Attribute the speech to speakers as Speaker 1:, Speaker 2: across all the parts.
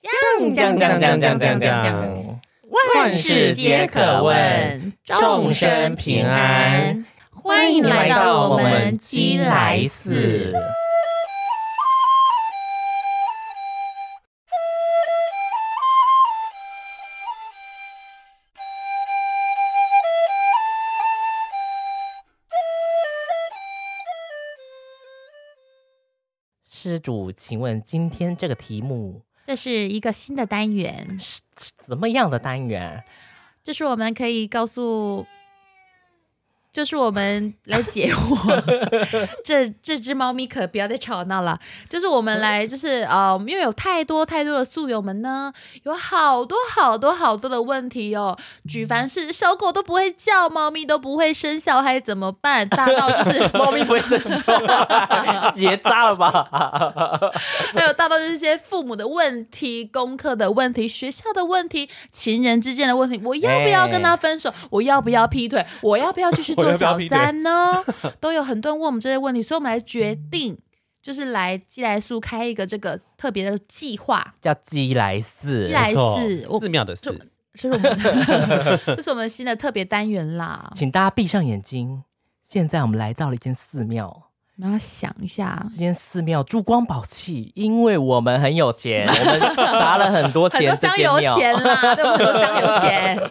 Speaker 1: 降降降降降降降，万事皆可问，众生平安。欢迎来到我们鸡来寺。
Speaker 2: 施主，请问今天这个题目
Speaker 1: 这是一个新的单元，
Speaker 2: 是怎么样的单元？
Speaker 1: 这是我们可以告诉，这是我们来解 惑。这这只猫咪可不要再吵闹了。就是我们
Speaker 2: 嗯
Speaker 1: 来，就是呃，我们因为有太多太多的宿友们呢，有好多好多好多的问题哦。举凡
Speaker 2: 嗯
Speaker 1: 是小狗都不会叫，猫咪都不会生小孩怎么办？大到就是
Speaker 2: 猫咪不会生 错，结扎了吧？
Speaker 1: 还有大到这些父母的问题、功课的问题、学校的问题、情人之间的问题，我要不要跟他分手？我要不要劈腿？我要不要继续
Speaker 3: 哎 我
Speaker 1: 做
Speaker 3: 要不要
Speaker 1: 小
Speaker 3: 劈腿
Speaker 1: 三 呢？都有很多人问我们这些问题，所以我们来决定，就是来寄来素开一个这个特别的计划。
Speaker 2: 叫鸡来寺，
Speaker 1: 鸡来
Speaker 3: 没错
Speaker 1: 寺我
Speaker 3: 寺庙的寺，
Speaker 1: 这是我们 的，这是我们新的特别单元啦。
Speaker 2: 请大家闭上眼睛。现在我们来到了一间寺庙，
Speaker 1: 我们要想一下，
Speaker 2: 这间寺庙珠光宝气，因为我们很有钱， 我们砸了很多
Speaker 1: 很多
Speaker 2: 钱这
Speaker 1: 香
Speaker 2: 间
Speaker 1: 油
Speaker 2: 庙。
Speaker 1: 钱啦，对，我们很多香油 钱，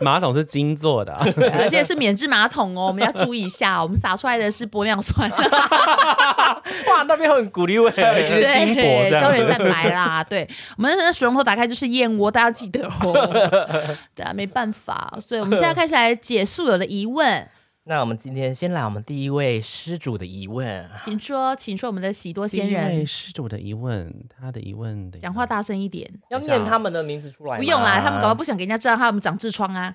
Speaker 3: 马桶是金做的啊、
Speaker 1: 而且是免治马桶哦，我们要注意一下，我们洒出来的是玻尿酸。啊
Speaker 2: 哇，那边很鼓励我，
Speaker 3: 其实金箔
Speaker 1: 对，
Speaker 3: 这样
Speaker 1: 胶原蛋白啦， 对，我们那水龙头打开就是燕窝，大家记得哦。 对啊，没办法，所以我们现在开始来解宿友的疑问，
Speaker 2: 那我们今天先来我们第一位施主的疑问，
Speaker 1: 请说，请说我们的喜多
Speaker 3: 第
Speaker 1: 仙
Speaker 3: 一位
Speaker 1: 人，
Speaker 3: 施主的疑问，他的疑问的疑问
Speaker 1: 讲话大声一点，
Speaker 2: 要
Speaker 3: 念
Speaker 2: 念他们的名字出来？
Speaker 1: 不用啦，他们搞不好不想给人家知道他们长痔疮啊。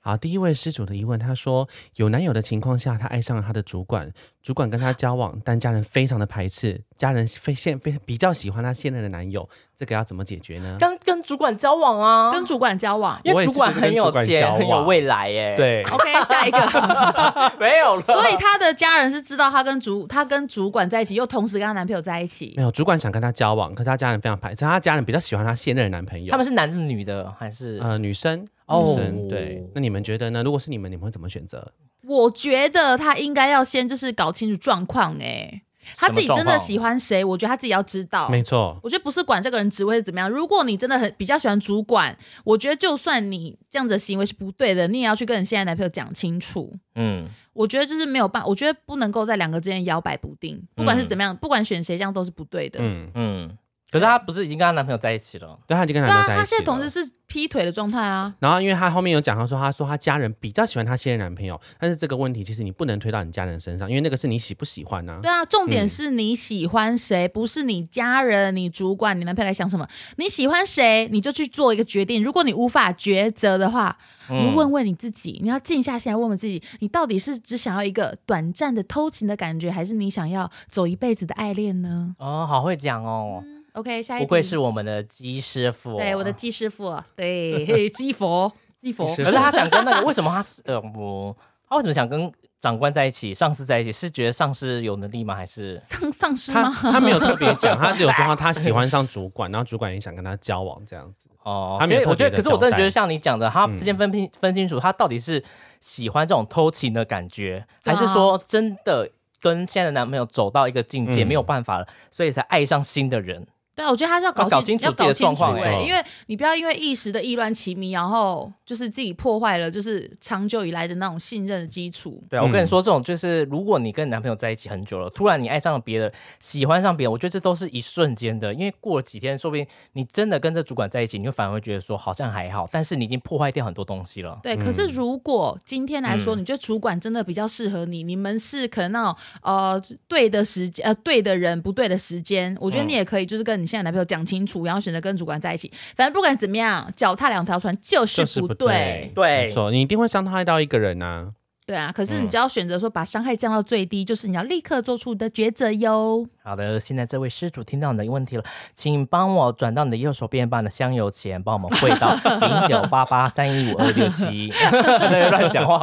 Speaker 3: 好，第一位施主的疑问，他说有男友的情况下，他爱上了他的主管，主管跟他交往，但家人非常的排斥，家人非现非比较喜欢他现任的男友，这个要怎么解决呢？
Speaker 2: 跟跟主管交往啊，
Speaker 1: 跟主管交往
Speaker 2: 因为主管很有
Speaker 3: 我也是就是跟主管交
Speaker 2: 钱，
Speaker 3: 往
Speaker 2: 很有未来耶。，
Speaker 3: 对，
Speaker 1: ，OK，下一个。
Speaker 2: 没有了。
Speaker 1: 所以他的家人是知道他跟主他跟主管在一起，又同时跟她男朋友在一起
Speaker 3: 没，有主管想跟他交往，可是他家人非常排斥，他家人比较喜欢他现任的男朋友。
Speaker 2: 他们是男的女的还是？
Speaker 3: 呃女生，
Speaker 2: 哦
Speaker 3: 女生对。那你们觉得呢？如果是你们，你们会怎么选择？
Speaker 1: 我觉得他应该要先就是搞清楚状况哎。他自己真
Speaker 3: 什么状
Speaker 1: 的
Speaker 3: 况
Speaker 1: 喜欢谁，我觉得他自己要知道。
Speaker 3: 没错，
Speaker 1: 我觉得不是管这个人职位是怎么样。如果你真的很比较喜欢主管，我觉得就算你这样子的行为是不对的，你也要去跟你现在男朋友讲清楚。
Speaker 2: 嗯，
Speaker 1: 我觉得就是没有办，我觉得不能够在两个之间摇摆不定，不管是怎么样，不管选谁，这样都是不对的。
Speaker 3: 嗯，
Speaker 2: 嗯，可是她不是已经跟她男朋友在一起了？
Speaker 3: 对，他就跟
Speaker 1: 对
Speaker 3: 男朋
Speaker 1: 啊，
Speaker 3: 友在一起了。
Speaker 1: 他现在同时是劈腿的状态啊。
Speaker 3: 然后，因为她后面有讲到说，她说她家人比较喜欢她现任男朋友，但是这个问题其实你不能推到你家人身上，因为那个是你喜不喜欢呐、
Speaker 1: 对啊，重点是你喜欢谁，不是你家人、你主管、你男朋友来想什么。你喜欢谁，你就去做一个决定。如果你无法抉择的话，你就问问你自己，你要静下心来问问自己，你到底是只想要一个短暂的偷情的感觉，还是你想要走一辈子的爱恋呢
Speaker 2: 哦，好会讲哦，
Speaker 1: ？OK，下一题
Speaker 2: 不愧是我啊们的鸡师傅。
Speaker 1: 嗯对我的。鸡师傅，对， 嘿，鸡佛，鸡佛，
Speaker 3: 鸡师
Speaker 2: 可是她想跟那个，为什么她是呃我？她为什么想跟长官在一起、上司在一起？是觉得上司有能力吗？还是
Speaker 1: 丧丧尸
Speaker 3: 她
Speaker 1: 吗？
Speaker 3: 她没有特别讲，她只有说她喜欢上主管，然后主管也想跟她交往这样子。
Speaker 2: 哦，
Speaker 3: 她没有
Speaker 2: 可是我觉
Speaker 3: 特
Speaker 2: 得，
Speaker 3: 别地
Speaker 2: 可是我真的
Speaker 3: 交代
Speaker 2: 觉得像你讲的，她先分清分清楚，她到底是喜欢这种偷情的感觉，
Speaker 1: 对
Speaker 2: 还
Speaker 1: 啊
Speaker 2: 是说真的跟现在的男朋友走到一个境界
Speaker 3: 嗯
Speaker 2: 没有办法了，所以才爱上新的人？
Speaker 1: 对啊，我觉得他是要搞
Speaker 2: 要搞清楚
Speaker 1: 要
Speaker 2: 自己
Speaker 1: 搞
Speaker 2: 的
Speaker 1: 清
Speaker 2: 状
Speaker 1: 楚
Speaker 2: 况
Speaker 1: 欸
Speaker 3: 没错
Speaker 1: 因为你不要因为一时的意乱情迷，然后就是自己破坏了就是长久以来的那种信任的基础。
Speaker 2: 对啊，我跟你
Speaker 3: 嗯
Speaker 2: 说，这种就是如果你跟你男朋友在一起很久了，突然你爱上了别人，喜欢上别人，我觉得这都是一瞬间的，因为过了几天，说不定你真的跟这主管在一起，你就反而会觉得说好像还好，但是你已经破坏掉很多东西了。
Speaker 1: 对，可是如果今天来
Speaker 2: 嗯
Speaker 1: 说，你觉得主管真的比较适合你，你们是可能那种呃对的时间，呃对的人，不对的时间，我觉
Speaker 2: 嗯
Speaker 1: 得你也可以就是跟你现在男朋友讲清楚，然后选择跟主管在一起。反正不管怎么样，脚踏两条船就是
Speaker 3: 就是
Speaker 1: 不
Speaker 3: 不
Speaker 1: 对
Speaker 3: 对。
Speaker 2: 对
Speaker 3: 没错，你一定会伤害到一个人呐、
Speaker 1: 对啊，可是
Speaker 2: 嗯
Speaker 1: 你只要选择说把伤害降到最低，就是你要立刻做出你的抉择哟。
Speaker 2: 好的，现在这位施主听到你的问题了，请帮我转到你的右手边，把你的香油钱帮我们汇到零九八八三一五二六七。 对，乱讲话，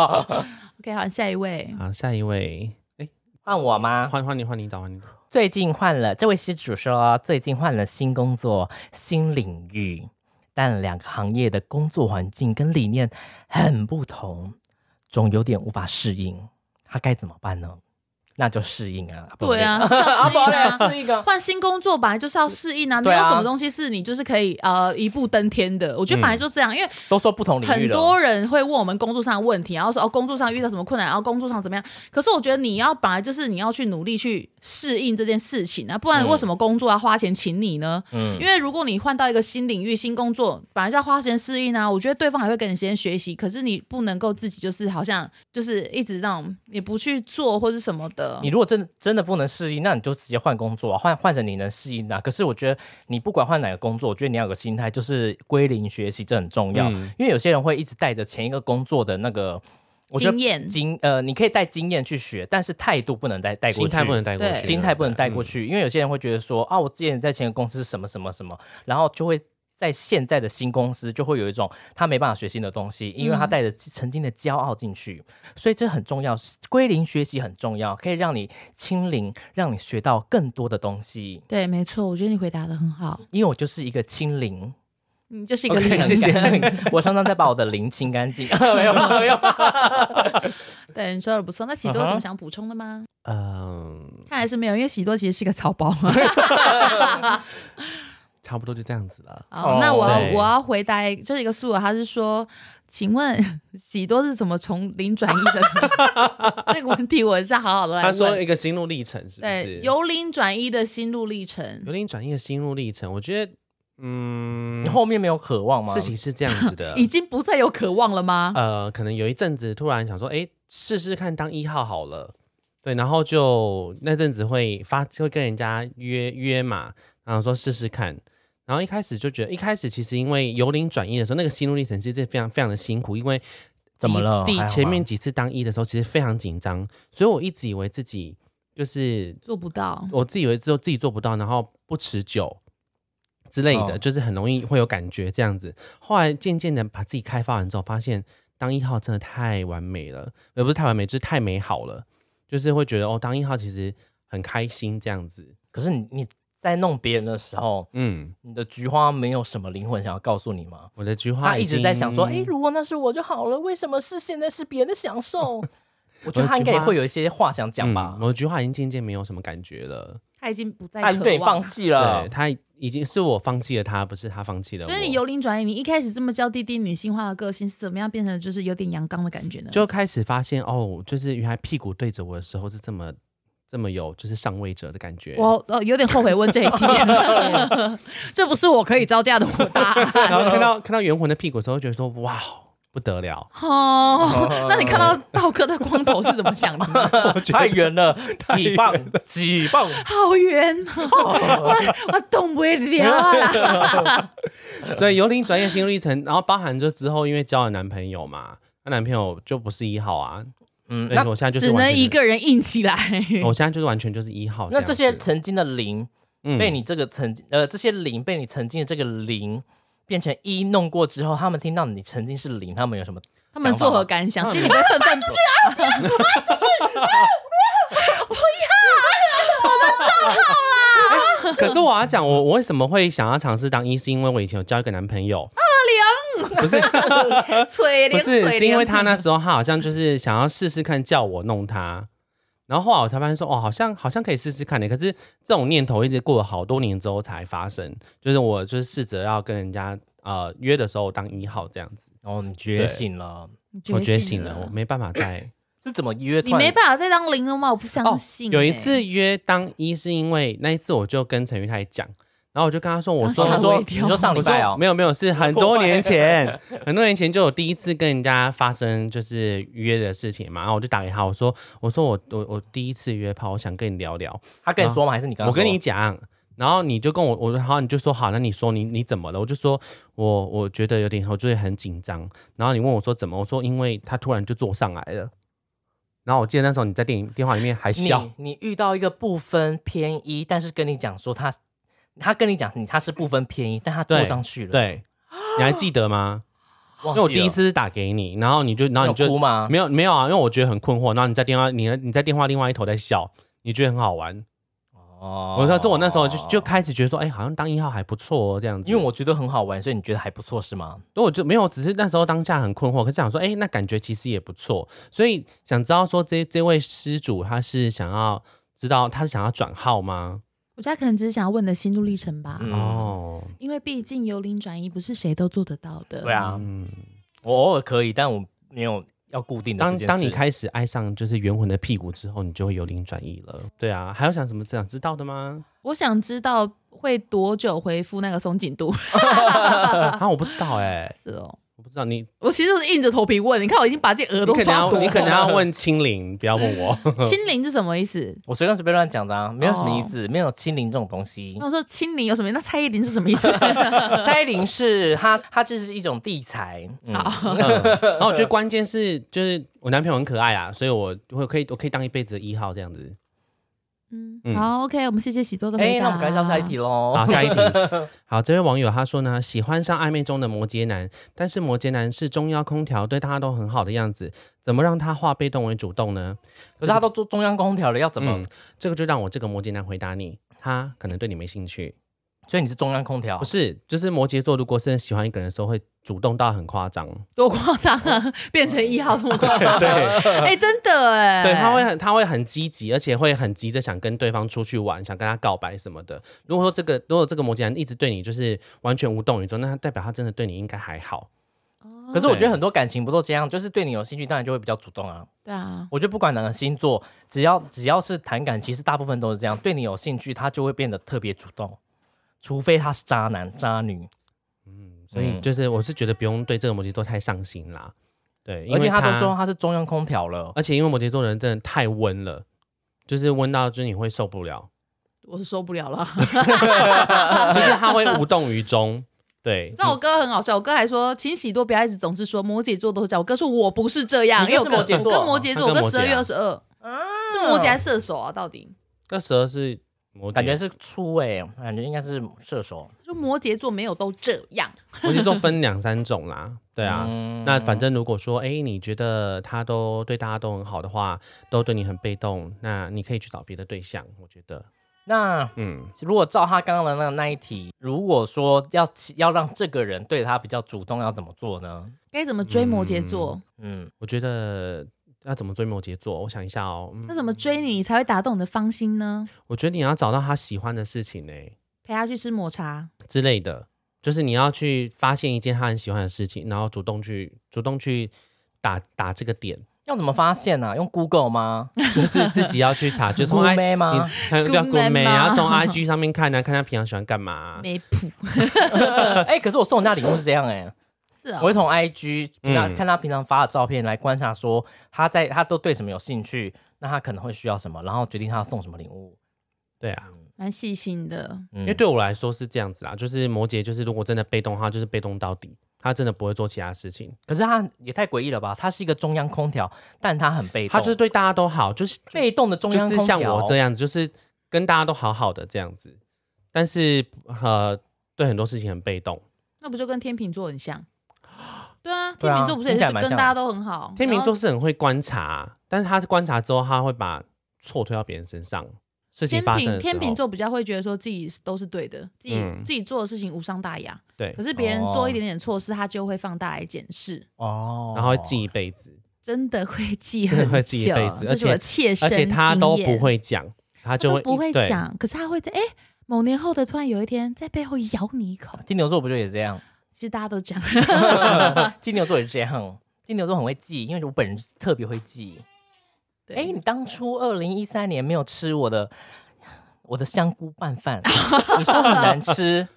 Speaker 1: OK，好，下一位。
Speaker 3: 好，下一位，哎，
Speaker 2: 换我吗？
Speaker 3: 换换你，换你找换你。
Speaker 2: 最近换了，这位失主说最近换了新工作、新领域，但两个行业的工作环境跟理念很不同，总有点无法适应。他该怎么办呢？那就适应 啊！不
Speaker 1: 对啊，
Speaker 2: 然
Speaker 1: 是要适应的啊
Speaker 2: 嘞适应啊！
Speaker 1: 换新工作本来就是要适应啊，没
Speaker 2: 对
Speaker 1: 有
Speaker 2: 啊
Speaker 1: 什么东西是你就是可以呃一步登天的。我觉得本来就这样，因为
Speaker 2: 都说不嗯同领域
Speaker 1: 很
Speaker 2: 了，
Speaker 1: 多人会问我们工作上的问题，然后说哦工作上遇到什么困难，然后工作上怎么样。可是我觉得你要本来就是你要去努力去适应这件事情啊，不然
Speaker 2: 嗯
Speaker 1: 为什么工作要花钱请你呢？
Speaker 2: 嗯
Speaker 1: 因为如果你换到一个新领域、新工作，本来就要花时间适应啊，我觉得对方也会给你时间学习。可是你不能够自己就是好像就是一直那种也不去做或是什么的。
Speaker 2: 你如果真的真的不能适应，那你就直接换工作啊，换换成你能适应的啊、可是我觉得你不管换哪个工作，我觉得你要有个心态，就是归零学习，这很重要。
Speaker 3: 嗯
Speaker 2: 因为有些人会一直带着前一个工作的那个，我觉
Speaker 1: 经
Speaker 2: 得
Speaker 1: 验
Speaker 2: 经呃，你可以带经验去学，但是态度不能带带过去，
Speaker 3: 心态不能带过嗯
Speaker 1: 对
Speaker 3: 去，
Speaker 2: 心态不能带过去，因为有些人会觉得说啊，我之前在前个公司是什么什么什么，然后就会在现在的新公司就会有一种他没办法学新的东西，因为他带着曾经的骄傲进去，所以这很重要，归零学习很重要，可以让你清零，让你学到更多的东西。
Speaker 1: 对，没错，我觉得你回答的很好，
Speaker 2: 因为我就是一个清零，
Speaker 1: 嗯你就是一
Speaker 2: 一
Speaker 1: 个例
Speaker 2: 谢
Speaker 1: 子。
Speaker 2: 谢。 我常常在把我的零清干净， 没有没有。
Speaker 1: 对，你说的不错。那喜多有什
Speaker 2: 嗯
Speaker 1: 么
Speaker 2: 哼
Speaker 1: 想补充的吗？
Speaker 3: 嗯，
Speaker 1: 看来是没有，因为喜多其实是个草包。
Speaker 3: 差不多就这样子了。
Speaker 1: 好，
Speaker 2: 哦
Speaker 1: 那我要
Speaker 3: 对
Speaker 1: 我要回答这是一个素友，他是说，请问喜多是怎么从零转一的呢？ 这个问题我是好好的来
Speaker 3: 他说
Speaker 1: 问。
Speaker 3: 一个心路历程是不
Speaker 1: 对
Speaker 3: 是？，
Speaker 1: 由零转一的心路历程
Speaker 3: 有，点转业的心路历程，我觉得，嗯
Speaker 2: 你，后面没有渴望吗？
Speaker 3: 事情是这样 子的，
Speaker 1: 已经不再有渴望了吗？
Speaker 3: 呃，可能有一阵子突然想说，哎，试试看当一号好了，对，然后就那阵子会发，就会跟人家约约嘛，然后说试试看。然后一开始就觉得，一开始其实因为由零转一的时候，那个心路历程其实非常非常的辛苦，因为
Speaker 2: 怎么了
Speaker 3: 第一
Speaker 2: 还好吗
Speaker 3: 前面几次当一的时候，其实非常紧张，所以我一直以为自己就是
Speaker 1: 做不到，
Speaker 3: 我自己以为只有自己做不到，然后不持久之类的，
Speaker 2: 哦
Speaker 3: 就是很容易会有感觉这样子。后来渐渐的把自己开发完之后，发现当一号真的太完美了，呃也不是太完美，就是太美好了，就是会觉得哦，当一号其实很开心这样子。
Speaker 2: 可是你你在弄别人的时候，
Speaker 3: 嗯，
Speaker 2: 你的菊花没有什么灵魂想要告诉你吗？
Speaker 3: 我的菊花嗯
Speaker 2: 他一直在想说，哎、
Speaker 3: 诶，
Speaker 2: 如果那是我就好了，为什么是现在是别人的享受？我觉
Speaker 3: 我的
Speaker 2: 得他应该也
Speaker 3: 菊花
Speaker 2: 会有一些话想讲吧
Speaker 3: 嗯。我的菊花已经渐渐没有什么感觉了，
Speaker 1: 他已经不再
Speaker 2: 他已经对
Speaker 1: 渴
Speaker 2: 你放
Speaker 1: 望。
Speaker 2: 弃了
Speaker 3: 对，，他已经是我放弃了他，不是他放弃了我。
Speaker 1: 所以你由零转一，你一开始这么娇滴滴女性化的个性是怎么样变成就是有点阳刚的感觉呢？
Speaker 3: 就开始发现哦，就是原来屁股对着我的时候是这么这么有就是上位者的感觉。
Speaker 1: 我呃有点后悔问这一 题，这不是我可以招架的我答案。
Speaker 3: 然后看到看到圆魂的屁股的时候，觉得说哇不得了，
Speaker 1: 哦， 那你看到道哥的光头是怎么想的呢？
Speaker 2: 太远了，几磅
Speaker 3: 远
Speaker 2: 几磅，
Speaker 1: 好圆哦， 我我动不了啊 啦。
Speaker 3: 所以由零转业心路历程，然后包含就之后因为交了男朋友嘛，那男朋友就不是一号啊，
Speaker 2: 嗯，
Speaker 3: 那
Speaker 2: 那
Speaker 3: 我现在就是
Speaker 1: 只
Speaker 3: 完
Speaker 1: 能
Speaker 3: 全
Speaker 1: 一个人硬起来。
Speaker 3: 就是，我现在就是完全就是一号样子。
Speaker 2: 那这些曾经的零
Speaker 3: 嗯
Speaker 2: 被你这个曾呃这些零被你曾经的这个零变成一弄过之后，他们听到你曾经是零，他们有什么？
Speaker 1: 他们作何感想？心里面愤愤 不平。
Speaker 3: 可是我要讲，我我为什么会想要尝试当医师，因为我以前有交一个男朋友，
Speaker 1: 催
Speaker 3: 不
Speaker 1: 脸
Speaker 3: 是，
Speaker 1: 催
Speaker 3: 是因为
Speaker 1: 脸。
Speaker 3: 他那时候他好像就是想要试试看叫我弄他，然后后来我才发现说，哦，好像好像可以试试看欸的。可是这种念头一直过了好多年之后才发生，就是我就是试着要跟人家呃约的时候当一号这样子。
Speaker 2: 哦，你觉
Speaker 3: 对
Speaker 2: 醒了，
Speaker 3: 我觉醒了，我没办法 再。
Speaker 2: 是怎么约？
Speaker 1: 你没办法再当零了吗？我不相信欸。
Speaker 3: 哦有一次约当一是因为那一次我就跟陈玉泰讲，然后我就跟他说，我
Speaker 1: 当
Speaker 3: 说
Speaker 1: 下 吓
Speaker 2: 法，
Speaker 1: 我
Speaker 2: 你 说
Speaker 1: 一
Speaker 2: 你
Speaker 1: 跳
Speaker 2: 说上礼
Speaker 3: 我说
Speaker 2: 拜哦，
Speaker 3: 没有没有，是很多 年前，很多年前就有第一次跟人家发生就是约的事情嘛，然后我就打给他，我说我说我我我第一次约炮，我想跟你聊聊，
Speaker 2: 他跟你说吗？还是你刚
Speaker 3: 啊我
Speaker 2: 刚
Speaker 3: 跟
Speaker 2: 说
Speaker 3: 你讲，然后你就跟我我说好，你就说好，那你说你你怎么了？我就说我我觉得有点我就是很紧张，然后你问我说怎么，我说因为他突然就坐上来了，然后我记得那时候你在电影电话里面还笑，
Speaker 2: 你你遇到一个不分偏一，但是跟你讲说他，他跟你讲你他是不分偏一，但他坐
Speaker 3: 对
Speaker 2: 上去了。，
Speaker 3: 对，你还记得吗？
Speaker 2: 因
Speaker 3: 因为我第一次是打给你，然后你就然后你就
Speaker 2: 哭吗？
Speaker 3: 没有啊没有啊，因为我觉得很困惑。然后你在电话，你你在电话另外一头在笑，你觉得很好玩，
Speaker 2: 哦
Speaker 3: 我说，这我那时候就就开始觉得说，哎、好像当一号还不错哦，这样子。
Speaker 2: 因为我觉得很好玩，所以你觉得还不错是吗？
Speaker 3: 我就没有，只是那时候当下很困惑，可是想说，哎、那感觉其实也不错，所以想知道说这这位施主他是想要知道他是想要转号吗？
Speaker 1: 我觉得他可能只是想要问的心路历程吧，
Speaker 2: 嗯
Speaker 3: 哦，
Speaker 1: 因为毕竟由零转移不是谁都做得到的。
Speaker 2: 对啊，
Speaker 3: 嗯，
Speaker 2: 我偶尔可以，但我没有要固定的这
Speaker 3: 当
Speaker 2: 件事。
Speaker 3: 当你开始爱上就是圆魂的屁股之后，你就会由零转移了。对啊，还有想什么想知道的吗？
Speaker 1: 我想知道会多久回复那个松紧 度？
Speaker 3: 啊，我不知道哎、
Speaker 1: 是哦，
Speaker 3: 我不知道你，
Speaker 1: 我其实是硬着头皮问，你看我已经把自己额
Speaker 3: 你
Speaker 1: 头
Speaker 3: 可
Speaker 1: 呃
Speaker 3: 能
Speaker 1: 抓
Speaker 3: 要
Speaker 1: 堵
Speaker 3: 你
Speaker 1: 了。
Speaker 3: 可能要问清零，不要问我。嗯
Speaker 2: 嗯
Speaker 1: 心灵是什么意思？
Speaker 2: 我随便随便乱讲的啊，没有什么意思，没有清零这种东西
Speaker 1: 那。我说清零有什么意思？那蔡依林是什么意 思？嗯
Speaker 2: 蔡依林是它，它这是一种地才。嗯
Speaker 1: 好，
Speaker 3: 嗯然后我觉得关键是，就是我男朋友很可爱啊，所以我我可以我可以当一辈子的一号这样子。
Speaker 1: 嗯，
Speaker 3: 嗯
Speaker 1: 好，OK，我们谢谢喜多的
Speaker 2: 哎
Speaker 1: 回，答。
Speaker 2: 那我们赶紧到下一题喽。
Speaker 3: 好，下一题。好，这位网友他说呢，喜欢上暧昧中的摩羯男，但是摩羯男是中央空调，对大家都很好的样子，怎么让他化被动为主动呢？
Speaker 2: 可是他都做中央空调了，要怎么
Speaker 3: 嗯？，这个就让我这个摩羯男回答你，他可能对你没兴趣。
Speaker 2: 所以你是中央空调
Speaker 3: 不，是，就是摩羯座，如果是喜欢一个人的时候，会主动到很夸张。
Speaker 1: 多夸张啊！变成一号这么夸 张？
Speaker 3: 对，
Speaker 1: 哎，真的哎，
Speaker 3: 对，他会很他会很积极，而且会很急着想跟对方出去玩，想跟他告白什么的。如果说这个如果这个摩羯男一直对你就是完全无动于衷，那他代表他真的对你应该还好。
Speaker 1: 哦。
Speaker 2: 可是我觉得很多感情不都这样，就是对你有兴趣，当然就会比较主动啊。
Speaker 1: 对啊，
Speaker 2: 我觉得不管哪个星座，只要只要是谈感，其实大部分都是这样，对你有兴趣，他就会变得特别主动，除非他是渣男渣女，
Speaker 3: 所
Speaker 2: 嗯
Speaker 3: 以就是我是觉得不用对这个摩羯座太上心啦。对，因
Speaker 2: 而
Speaker 3: 为
Speaker 2: 且他都说，他是中央空调了。
Speaker 3: 而且因为摩羯座的人真的太温了，就是温到就是你会受不 了，
Speaker 1: 我是受不了了。
Speaker 3: 就是他会无动于衷。对
Speaker 1: 你，知道我哥很好笑，我哥还说，请喜多不要一直总是说摩羯座都是这样。我哥说我不是这样，
Speaker 2: 你
Speaker 1: 因
Speaker 2: 哥
Speaker 1: 为
Speaker 2: 是
Speaker 1: 我哥
Speaker 2: 摩羯座
Speaker 1: 我跟摩羯座，我
Speaker 3: 他
Speaker 1: 跟
Speaker 3: 跟摩羯
Speaker 1: 十二月
Speaker 3: 啊
Speaker 1: 二十二，是摩羯还是射手啊？到底
Speaker 3: 那蛇是摩羯，
Speaker 2: 感觉是出哎、感觉应该是射手。
Speaker 1: 说摩羯座没有都这样，
Speaker 3: 摩羯座分两三种啦。对啊，
Speaker 2: 嗯
Speaker 3: 那反正如果说，哎、你觉得他都对大家都很好的话，都对你很被动，那你可以去找别的对象。我觉得，
Speaker 2: 那
Speaker 3: 嗯，
Speaker 2: 如果照他刚刚的那那一题，如果说要要让这个人对他比较主动，要怎么做呢？
Speaker 1: 该怎么追摩羯座？
Speaker 2: 嗯，
Speaker 3: 我觉得要怎么追摩羯座？我想一下哦，嗯
Speaker 1: 那怎么追你才会打动你的芳心呢？
Speaker 3: 我觉得你要找到他喜欢的事情呢、哎
Speaker 1: 陪他去吃抹茶，
Speaker 3: 之类的，就是你要去发现一件他很喜欢的事情，然后主动去主动去打打这 个点，
Speaker 2: 要怎么发现呢、啊？用 Google 吗？
Speaker 3: 就是自自己要去查，就从
Speaker 2: 从
Speaker 3: I
Speaker 2: 妹
Speaker 3: 你
Speaker 2: 吗？
Speaker 3: 还有叫
Speaker 1: Good
Speaker 3: Good
Speaker 1: man
Speaker 3: Man，
Speaker 1: 吗
Speaker 3: 然后从 IG 上面看啊，看他平常喜欢干嘛 啊、
Speaker 1: 没谱
Speaker 2: 哎、可是我送人家礼物是这样哎、
Speaker 1: 是啊
Speaker 2: 我，会从 IG
Speaker 3: 嗯
Speaker 2: 那、看他平常发的照片来观察，说他在他都对什么有兴趣，那他可能会需要什么，然后决定他要送什么礼物。
Speaker 3: 对啊，
Speaker 1: 蛮细心的。
Speaker 2: 嗯
Speaker 3: 因为对我来说是这样子啦，就是摩羯，就是如果真的被动的话，就是被动到底，他真的不会做其他事情，
Speaker 2: 可是他也太诡异了吧？他是一个中央空调，但他很被动，
Speaker 3: 他就是对大家都好，就是
Speaker 2: 被动的中
Speaker 3: 就
Speaker 2: 央
Speaker 3: 是
Speaker 2: 空调。
Speaker 3: 像我这样子，就是跟大家都好好的这样子，但是呃，对很多事情很被动。
Speaker 1: 那不就跟天秤座很像？对啊，
Speaker 2: 对
Speaker 1: 天
Speaker 2: 啊
Speaker 1: 秤座不是也是
Speaker 2: 听起来蛮
Speaker 1: 跟
Speaker 2: 像的
Speaker 1: 大家都很好？
Speaker 3: 天秤座是很会观察，但是他是观察之后，他会把错推到别人身上，事情
Speaker 1: 天
Speaker 3: 发生
Speaker 1: 秤
Speaker 3: 的时候，
Speaker 1: 天秤座比较会觉得说自己都是对的，自己、
Speaker 3: 嗯
Speaker 1: 自己做的事情无伤大雅。
Speaker 3: 对
Speaker 1: 可，是别人做
Speaker 3: 哦
Speaker 1: 一点点错事，他就会放大来检视，
Speaker 2: 哦，
Speaker 3: 然后会记一辈子，
Speaker 1: 真的会记
Speaker 3: 真的
Speaker 1: 很
Speaker 3: 会记一
Speaker 1: 久
Speaker 3: 辈子
Speaker 1: 这是我
Speaker 3: 而且
Speaker 1: 切身
Speaker 3: 而且他都
Speaker 1: 经验
Speaker 3: 不，会讲，他
Speaker 1: 他
Speaker 3: 就
Speaker 1: 都
Speaker 3: 会
Speaker 1: 不会
Speaker 3: 对
Speaker 1: 讲，可是他会在哎、某年后的突然有一天在背后咬你一口。
Speaker 2: 金牛座不就也这样？
Speaker 1: 其实大家都 这样，
Speaker 2: 金牛座也是这样，金牛座很会记，因为我本人特别会记。
Speaker 1: 对
Speaker 2: 哎，你当初二零一三年没有吃我的我的香菇拌饭，啊 你说很 难吃，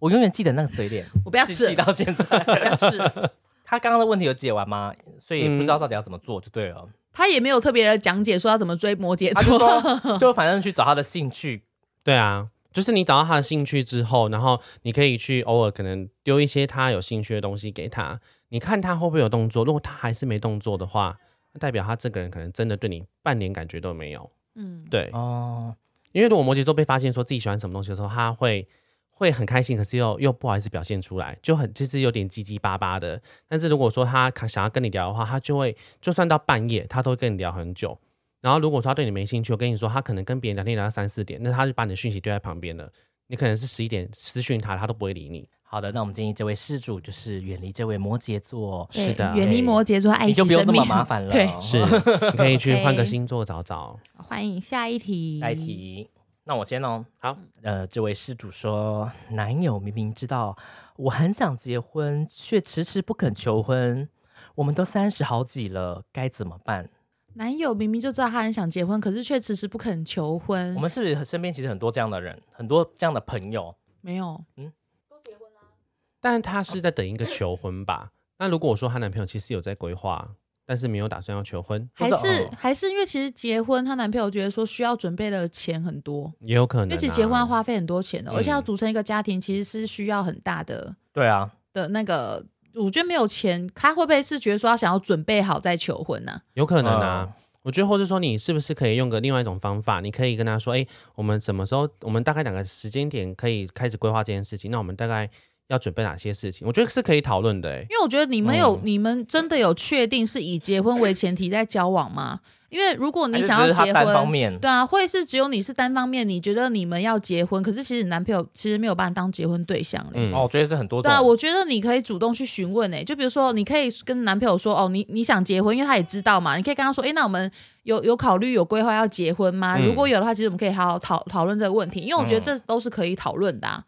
Speaker 2: 我永远记得那个嘴脸，
Speaker 1: 我不要
Speaker 2: 记
Speaker 1: 吃
Speaker 2: 记
Speaker 1: 了，
Speaker 2: 到现 在。
Speaker 1: 我不要吃了。
Speaker 2: 他刚刚的问题有解完吗？所以
Speaker 1: 嗯
Speaker 2: 不知道到底要怎么做就对了，
Speaker 1: 他也没有特别的讲解说要怎么追摩羯
Speaker 2: 他就
Speaker 1: 座，
Speaker 2: 说就反正去找他的兴趣，
Speaker 3: 对啊，就是你找到他的兴趣之后，然后你可以去偶尔可能丢一些他有兴趣的东西给他，你看他会不会有动作。如果他还是没动作的话，那代表他这个人可能真的对你半点感觉都没有。
Speaker 1: 嗯，
Speaker 3: 对，
Speaker 2: 哦，
Speaker 3: 因为如果摩羯座被发现说自己喜欢什么东西的时候，他会会很开心，可是又又不好意思表现出来，就很就是有点结结巴巴的。但是如果说他想要跟你聊的话，他就会就算到半夜，他都会跟你聊很久。然后如果说他对你没兴趣，我跟你说，他可能跟别人聊天聊到三四点，那他就把你的讯息丢在旁边了。你可能是十一点私讯他，他都不会理你。
Speaker 2: 好的，那我们建议这位施主就是远离这位摩羯座，哎
Speaker 1: 对
Speaker 3: 是的哎
Speaker 1: 远离摩羯座，爱
Speaker 2: 你
Speaker 1: 惜
Speaker 2: 就不用
Speaker 1: 生
Speaker 2: 这么
Speaker 1: 命，
Speaker 2: 麻烦了。
Speaker 1: 对，
Speaker 3: 是，你可以去换
Speaker 1: OK
Speaker 3: 个星座找找。
Speaker 1: 欢迎下一题，
Speaker 2: 下一，题，那我先哦。
Speaker 3: 好，
Speaker 2: 呃，这位施主说，男友明明知道我很想结婚，却迟迟不肯求婚。我们都三十好几了，该怎么办？
Speaker 1: 男友明明就知道他很想结婚，可是却迟迟不肯求婚，
Speaker 2: 我们是不是身边其实很多这样的人，很多这样的朋友？
Speaker 1: 没有，
Speaker 3: 但她是在等一个求婚吧？那如果我说她男朋友其实有在规划，但是没有打算要求婚，
Speaker 2: 不
Speaker 1: 还
Speaker 2: 知道
Speaker 1: 是
Speaker 2: 哦
Speaker 1: 还是因为其实结婚，她男朋友觉得说需要准备的钱很多，
Speaker 3: 也有可能、
Speaker 1: 因
Speaker 3: 啊。
Speaker 1: 为其实结婚要花费很多钱的，
Speaker 3: 嗯
Speaker 1: 而且要组成一个家庭，其实是需要很大的
Speaker 2: 对啊，
Speaker 1: 的那个。我觉得没有钱，他会不会是觉得说他想要准备好再求婚呢、
Speaker 3: 有可能啊。我觉得，或者说你是不是可以用个另外一种方法？你可以跟他说：“哎、我们什么时候？我们大概两个时间点可以开始规划这件事情。那我们大概要准备哪些事情？我觉得是可以讨论的、哎，
Speaker 1: 因为我觉得你们有、
Speaker 2: 哦
Speaker 3: 嗯
Speaker 1: 你们真的有确定是以结婚为前提在交往吗？因为如果
Speaker 2: 还
Speaker 1: 哦你
Speaker 2: 是
Speaker 1: 想要
Speaker 2: 只是他
Speaker 1: 结
Speaker 2: 单方
Speaker 1: 婚，
Speaker 2: 面，
Speaker 1: 对啊，会是只有你是单方面，你觉得你们要结婚，可是其实你男朋友其实没有把你当结婚对象嘞。
Speaker 3: 嗯，
Speaker 2: 哦，我觉得是很多
Speaker 1: 对
Speaker 2: 种。
Speaker 1: 啊，我觉得你可以主动去询问欸诶、就比如说，你可以跟男朋友说，哦，你你想结婚，因为他也知道嘛，你可以跟他说，诶，那我们有有考虑有规划要结婚吗？
Speaker 3: 嗯
Speaker 1: 如果有的话，其实我们可以好好讨讨论这个问题，因为我觉得这都是可以讨论的、啊，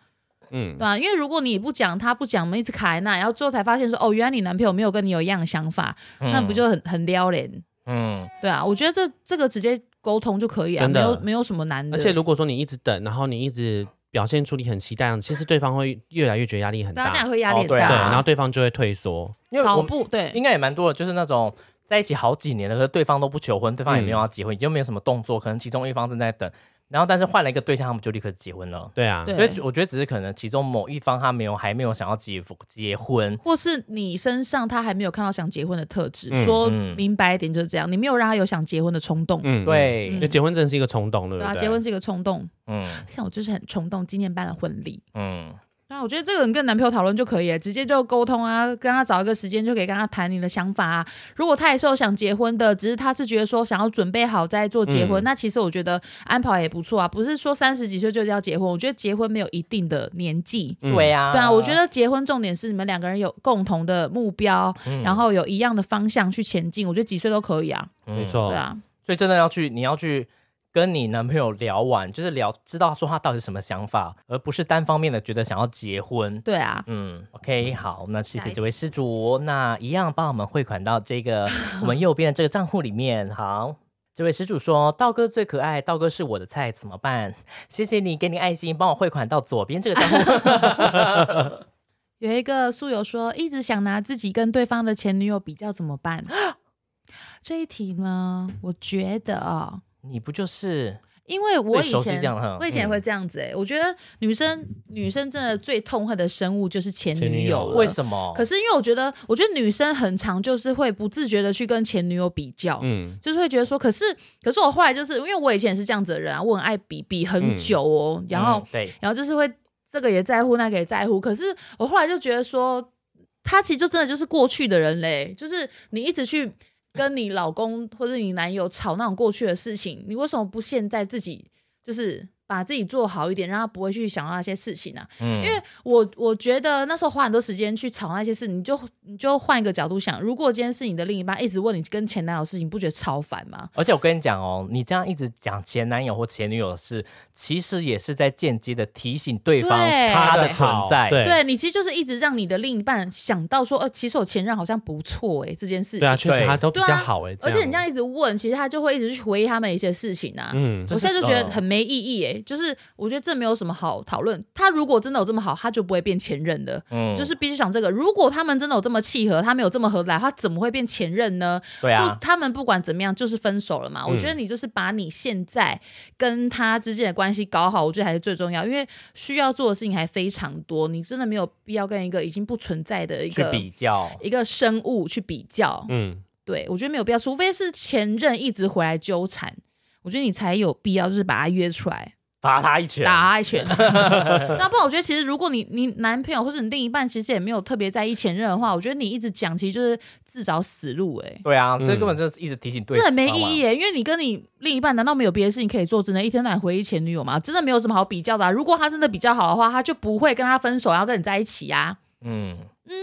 Speaker 3: 嗯
Speaker 1: 对，吧、因为如果你不讲，他不讲，我们一直卡在那，然后最后才发现说，哦，原来你男朋友没有跟你有一样的想法，
Speaker 2: 嗯
Speaker 1: 那不就很很撩人？
Speaker 2: 嗯，
Speaker 1: 对啊，我觉得这这个直接沟通就可以啊，
Speaker 3: 真
Speaker 1: 没
Speaker 3: 的
Speaker 1: 有没有什么难的。
Speaker 3: 而且如果说你一直等，然后你一直表现出你很期待，其实对方会越来越觉得压力很
Speaker 1: 大家这
Speaker 3: 大，
Speaker 1: 样
Speaker 3: 对，
Speaker 1: 会压力
Speaker 2: 哦
Speaker 1: 很
Speaker 2: 对啊
Speaker 1: 大，
Speaker 3: 然后对方就会退缩。
Speaker 2: 因为
Speaker 1: 跑
Speaker 2: 我
Speaker 1: 步对，
Speaker 2: 应该也蛮多的，就是那种在一起好几年了，可是对方都不求婚，对方也没有要结婚，也就没有什么动作，可能其中一方正在等，然后但是换了一个对象，他们就立刻结婚了。
Speaker 3: 对啊，
Speaker 1: 对
Speaker 2: 所以我觉得只是可能其中某一方他没有还没有想要结结婚，
Speaker 1: 或是你身上他还没有看到想结婚的特质，
Speaker 3: 嗯
Speaker 1: 说
Speaker 2: 嗯
Speaker 1: 明白一点就是这样，你没有让他有想结婚的冲动，
Speaker 3: 嗯，
Speaker 2: 对，
Speaker 3: 嗯，
Speaker 1: 嗯
Speaker 3: 因为结婚真的是一个冲动，对
Speaker 1: 对
Speaker 3: 不
Speaker 1: 啊，
Speaker 3: 对？
Speaker 1: 结婚是一个冲动，
Speaker 2: 嗯
Speaker 1: 像我就是很冲动，今年办了婚礼。
Speaker 2: 嗯，
Speaker 1: 对啊，我觉得这个你跟男朋友讨论就可以了，直接就沟通啊，跟他找一个时间就可以跟他谈你的想法啊。如果他也是有想结婚的，只是他是觉得说想要准备好再做结婚，
Speaker 3: 嗯
Speaker 1: 那其实我觉得安排也不错啊，不是说三十几岁就要结婚，我觉得结婚没有一定的年纪。
Speaker 3: 嗯
Speaker 2: 对啊，
Speaker 1: 对啊，我觉得结婚重点是你们两个人有共同的目标，
Speaker 2: 嗯
Speaker 1: 然后有一样的方向去前进，我觉得几岁都可以啊，
Speaker 3: 没，
Speaker 2: 嗯
Speaker 3: 错，
Speaker 1: 对啊，
Speaker 2: 所以真的要去你要去。跟你男朋友聊完，就是聊知道说他到底是什么想法，而不是单方面的觉得想要结婚。
Speaker 1: 对啊，
Speaker 2: 嗯，OK，好，那谢
Speaker 1: 下
Speaker 2: 谢
Speaker 1: 一
Speaker 2: 这位施主，那一样帮我们汇款到这 个我们右边的这个账户里面。好，这位施主说，道哥最可爱，道哥是我的菜，怎么办？谢谢你，给你爱心，帮我汇款到左边这个账户。
Speaker 1: 有一个宿友说，一直想拿自己跟对方的前女友比较怎么 办？这一题呢，我觉得啊、
Speaker 2: 你不就是
Speaker 1: 因为我
Speaker 2: 最
Speaker 1: 以
Speaker 2: 熟悉
Speaker 1: 前
Speaker 2: 这样的哈？嗯
Speaker 1: 我以前也会这样子哎、我觉得女生女生真的最痛恨的生物就是前
Speaker 3: 前女
Speaker 1: 女
Speaker 3: 友
Speaker 1: 友了，
Speaker 2: 为什么？
Speaker 1: 呃可是因为我觉得，我觉得女生很常就是会不自觉的去跟前女友比较，
Speaker 3: 嗯，
Speaker 1: 就是会觉得说，可是可是我后来就是因为我以前也是这样子的人啊，我很爱比比很久哦，然后、
Speaker 2: 嗯对，
Speaker 1: 然后就是会这个也在乎，那个也在乎，可是我后来就觉得说，他其实就真的就是过去的人嘞，就是你一直去跟你老公或者你男友吵那种过去的事情，你为什么不现在自己就是把自己做好一点，让他不会去想到那些事情啊？
Speaker 2: 嗯，
Speaker 1: 因为我我觉得那时候花很多时间去吵那些事，你就你就换一个角度想，如果今天是你的另一半一直问你跟前男友的事情，你不觉得超烦吗？
Speaker 2: 而且我跟你讲哦，你这样一直讲前男友或前女友的事，其实也是在间接的提醒对方
Speaker 1: 对
Speaker 2: 他的
Speaker 1: 对
Speaker 2: 存在。
Speaker 3: 对
Speaker 1: 对你其实就是一直让你的另一半想到说，呃，其实我前任好像不错哎诶、这件事情。
Speaker 3: 对啊，确实
Speaker 2: 对
Speaker 3: 他都比
Speaker 1: 对
Speaker 3: 较
Speaker 1: 啊
Speaker 3: 好哎、
Speaker 1: 而且你这样一直问，其实他就会一直去回忆他们一些事情啊。
Speaker 3: 嗯，
Speaker 1: 我
Speaker 2: 就是
Speaker 1: 现在就觉得
Speaker 2: 嗯
Speaker 1: 很没意义诶、就是我觉得这没有什么好讨论。他如果真的有这么好，他就不会变前任的。
Speaker 2: 嗯
Speaker 1: 就是必须想这个。如果他们真的有这么契合，他们有这么合得来，他怎么会变前任呢？
Speaker 2: 对
Speaker 1: 就
Speaker 2: 啊，嗯
Speaker 1: 他们不管怎么样，就是分手了嘛。我觉得你就是把你现在跟他之间的关系搞好，我觉得还是最重要，因为需要做的事情还非常多，你真的没有必要跟一个已经不存在的一
Speaker 2: 去
Speaker 1: 个
Speaker 2: 比较，
Speaker 1: 一个生物去比较。
Speaker 3: 嗯，
Speaker 1: 对我觉得没有必要，除非是前任一直回来纠缠，我觉得你才有必要就是把他约出来。
Speaker 2: 打他一拳，
Speaker 1: 打他一 拳。那不然我觉得其实如果你你男朋友或者你另一半其实也没有特别在意前任的话，我觉得你一直讲其实就是自找死路哎、
Speaker 2: 对啊，
Speaker 3: 嗯
Speaker 2: 这根本就是一直提醒对，
Speaker 1: 这很没
Speaker 2: 好
Speaker 1: 意
Speaker 2: 吗
Speaker 1: 义。耶，因为你跟你另一半难道没有别的事情可以做，只能一天到晚回忆前女友吗？真的没有什么好比较的、啊。如果他真的比较好的话，他就不会跟他分手，然后跟你在一起呀、
Speaker 2: 嗯，
Speaker 1: 就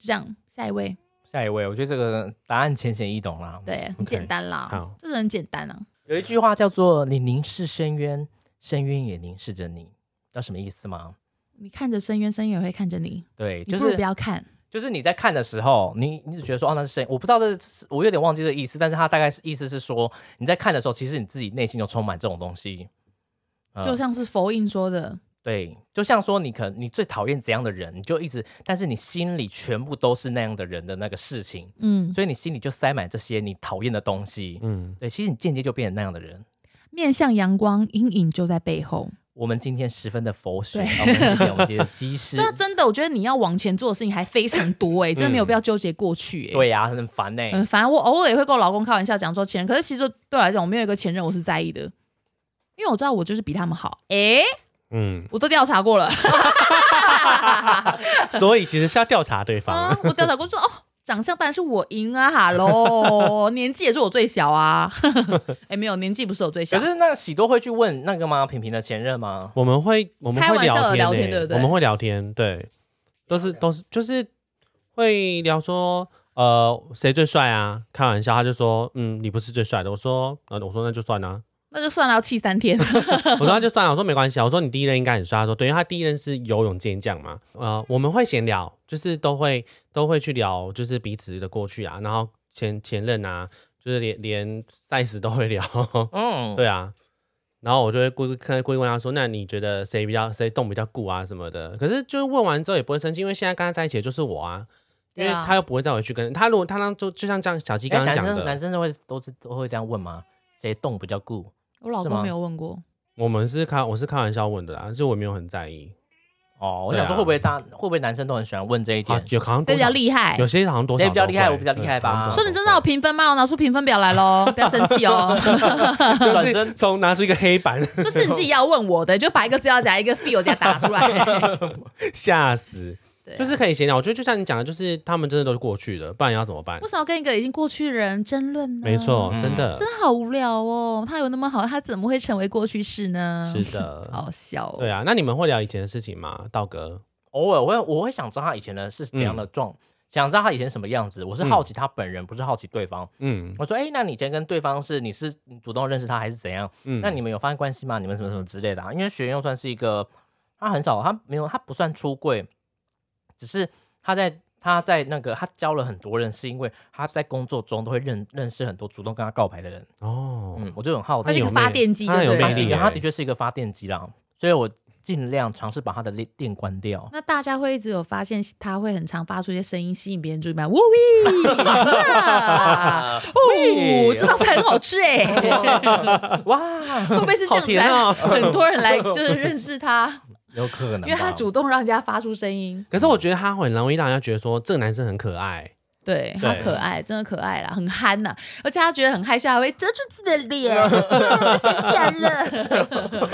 Speaker 1: 这样，下一位，
Speaker 2: 下一位，我觉得这个答案浅显易懂啦。
Speaker 1: 对，很简单啦
Speaker 3: OK，好
Speaker 1: 这是很简单啊。
Speaker 2: 有一句话叫做“你凝视深渊，深渊也凝视着你”，知道什么意思吗？
Speaker 1: 你看着深渊，深渊也会看着你，
Speaker 2: 对，
Speaker 1: 你
Speaker 2: 就
Speaker 1: 不如
Speaker 2: 是
Speaker 1: 不要看。
Speaker 2: 就是你在看的时候，你你只觉得说哦那是深渊，我不知道这是我有点忘记这个意思，但是它大概是意思是说你在看的时候，其实你自己内心就充满这种东西，嗯
Speaker 1: 就像是佛印说的，
Speaker 2: 对，就像说你可你最讨厌怎样的人，你就一直，但是你心里全部都是那样的人的那个事情，
Speaker 1: 嗯，
Speaker 2: 所以你心里就塞满这些你讨厌的东西。
Speaker 3: 嗯，
Speaker 2: 对，其实你间接就变成那样的人。
Speaker 1: 面向阳光，阴影就在背后。
Speaker 2: 我们今天十分的佛学，
Speaker 1: 对
Speaker 2: 然后我们今天我们今天的机 师
Speaker 1: 对，啊，真的，我觉得你要往前做的事情还非常多哎、真的没有必要纠结过去哎、
Speaker 2: 对呀、很烦欸呢、
Speaker 1: 嗯，反正我偶尔也会跟我老公开玩笑讲说前任，可是其实对我来讲，我没有一个前任我是在意的，因为我知道我就是比他们好。诶，
Speaker 3: 嗯，
Speaker 1: 我都调查过了，
Speaker 3: 所以其实是要调查对方
Speaker 1: 嗯，我调查过说哦，长相当然是我赢啊，哈喽，年纪也是我最小啊， 哎，没有年纪不是我最
Speaker 2: 可
Speaker 1: 小，
Speaker 2: 是那个喜多会去问那个吗？平平的前任吗？
Speaker 3: 我们会我们
Speaker 1: 开
Speaker 3: 会
Speaker 1: 玩笑的
Speaker 3: 天
Speaker 1: 聊天
Speaker 3: 欸
Speaker 1: 对不对
Speaker 3: 我们会聊天，对，都是都是就是会聊说呃谁最帅啊？开玩笑，他就说嗯你不是最帅的，我说呃我说那就 算了、
Speaker 1: 那就算了，要气三天。
Speaker 3: 我说那就算了，我说没关系啊，我说你第一任应该很帅，他说对，因为他第一任是游泳健将嘛，呃我们会闲聊，就是都会都会去聊就是彼此的过去啊，然后前前任啊，就是连连赛事都会聊。
Speaker 2: 嗯，
Speaker 3: 对啊，然后我就会故意看故意问他说：“那你觉得谁比较谁动比较固啊什么的？”可是就是问完之后也不会生气，因为现在跟他在一起的就是我啊，因为
Speaker 1: 对啊
Speaker 3: 他又不会再回去跟他。如果他当就就像这样，小鸡
Speaker 2: 你
Speaker 3: 刚刚
Speaker 2: 哎男
Speaker 3: 讲
Speaker 2: 生男
Speaker 3: 的，
Speaker 2: 生会都是都会这样问吗？谁动比较固？
Speaker 1: 我老
Speaker 2: 是吗
Speaker 1: 公没有问过，
Speaker 3: 我们是开我是开玩笑问的啦，就我没有很在意。
Speaker 2: 哦，我
Speaker 3: 对
Speaker 2: 想
Speaker 3: 啊
Speaker 2: 说会不会大、会不会男生都很喜欢问这一
Speaker 3: 好
Speaker 2: 点？
Speaker 3: 有好像
Speaker 1: 谁
Speaker 3: 多
Speaker 1: 比较
Speaker 3: 少，
Speaker 1: 厉害？
Speaker 3: 有些好像多少
Speaker 2: 谁比较
Speaker 3: 都
Speaker 2: 厉害
Speaker 3: 会
Speaker 2: 我比较厉
Speaker 3: 对
Speaker 2: 害吧
Speaker 3: 好像多少
Speaker 1: 说你
Speaker 3: 都
Speaker 1: 真的有
Speaker 3: 会
Speaker 1: 评分吗？我拿出评分表来喽，不要生气哦。
Speaker 2: 转
Speaker 3: 就是
Speaker 2: 身
Speaker 3: 从拿出一个黑板
Speaker 1: 这是你自己要问我的，就把一个资料夹、一个 feel 夹打出来。啊
Speaker 3: 吓死，
Speaker 1: 对啊
Speaker 3: 就是可以闲聊。我觉得就像你讲的，就是他们真的都是过去的，不然要怎么办
Speaker 1: 为？什么要跟一个已经过去的人争论呢？
Speaker 3: 没错，
Speaker 2: 嗯
Speaker 3: 真的
Speaker 1: 真的好无聊哦。他有那么好，他怎么会成为过去式呢？
Speaker 3: 是的，
Speaker 1: 好笑、哦。
Speaker 3: 对啊，那你们会聊以前的事情吗，道哥？
Speaker 2: 偶尔我会我会想知道他以前的是怎样
Speaker 3: 嗯
Speaker 2: 的状，想知道他以前什么样子。我是好奇他本人，不是好奇对方。
Speaker 3: 嗯
Speaker 2: 我说，哎、那你以前跟对方是你是你主动认识他还是怎样？
Speaker 3: 嗯
Speaker 2: 那你们有发生关系吗？你们什么什么之类的、啊？因为学院又算是一个，他很少，他没有，他不算出柜，只是他在他在那个他交了很多人，是因为他在工作中都会认认识很多主动跟他告白的人。
Speaker 3: 哦，
Speaker 2: 嗯，我就很好
Speaker 1: 他
Speaker 2: 奇
Speaker 1: 是一，个
Speaker 3: 有魅力
Speaker 1: 发电机，
Speaker 3: 他很有
Speaker 1: 对
Speaker 2: 他
Speaker 3: 魅
Speaker 1: 了
Speaker 2: 是一
Speaker 3: 力欸
Speaker 2: 个
Speaker 3: 耶
Speaker 2: 啊他的确是一个发电机啦，所以我尽量尝试把他的电电关掉。
Speaker 1: 那大家会一直有发现，他会很常发出一些声音吸引别人注意吗？ 呜喂，哇
Speaker 2: 啊
Speaker 1: 哦，
Speaker 2: 喂
Speaker 1: 这道菜很好吃 哎，哦
Speaker 2: 哇，
Speaker 1: 会不会是这
Speaker 3: 好
Speaker 1: 样子
Speaker 3: 甜哦
Speaker 1: 来？很多人来就是认识他，
Speaker 2: 有可能吧，
Speaker 1: 因为他主动让人家发出声音，
Speaker 3: 可是我觉得他很容易让人家觉得说这个男生很可爱，
Speaker 1: 对他
Speaker 3: 对
Speaker 1: 可爱，真的可爱啦，很憨呐、而且他觉得很害羞，还会遮住自己的脸， 太性感了。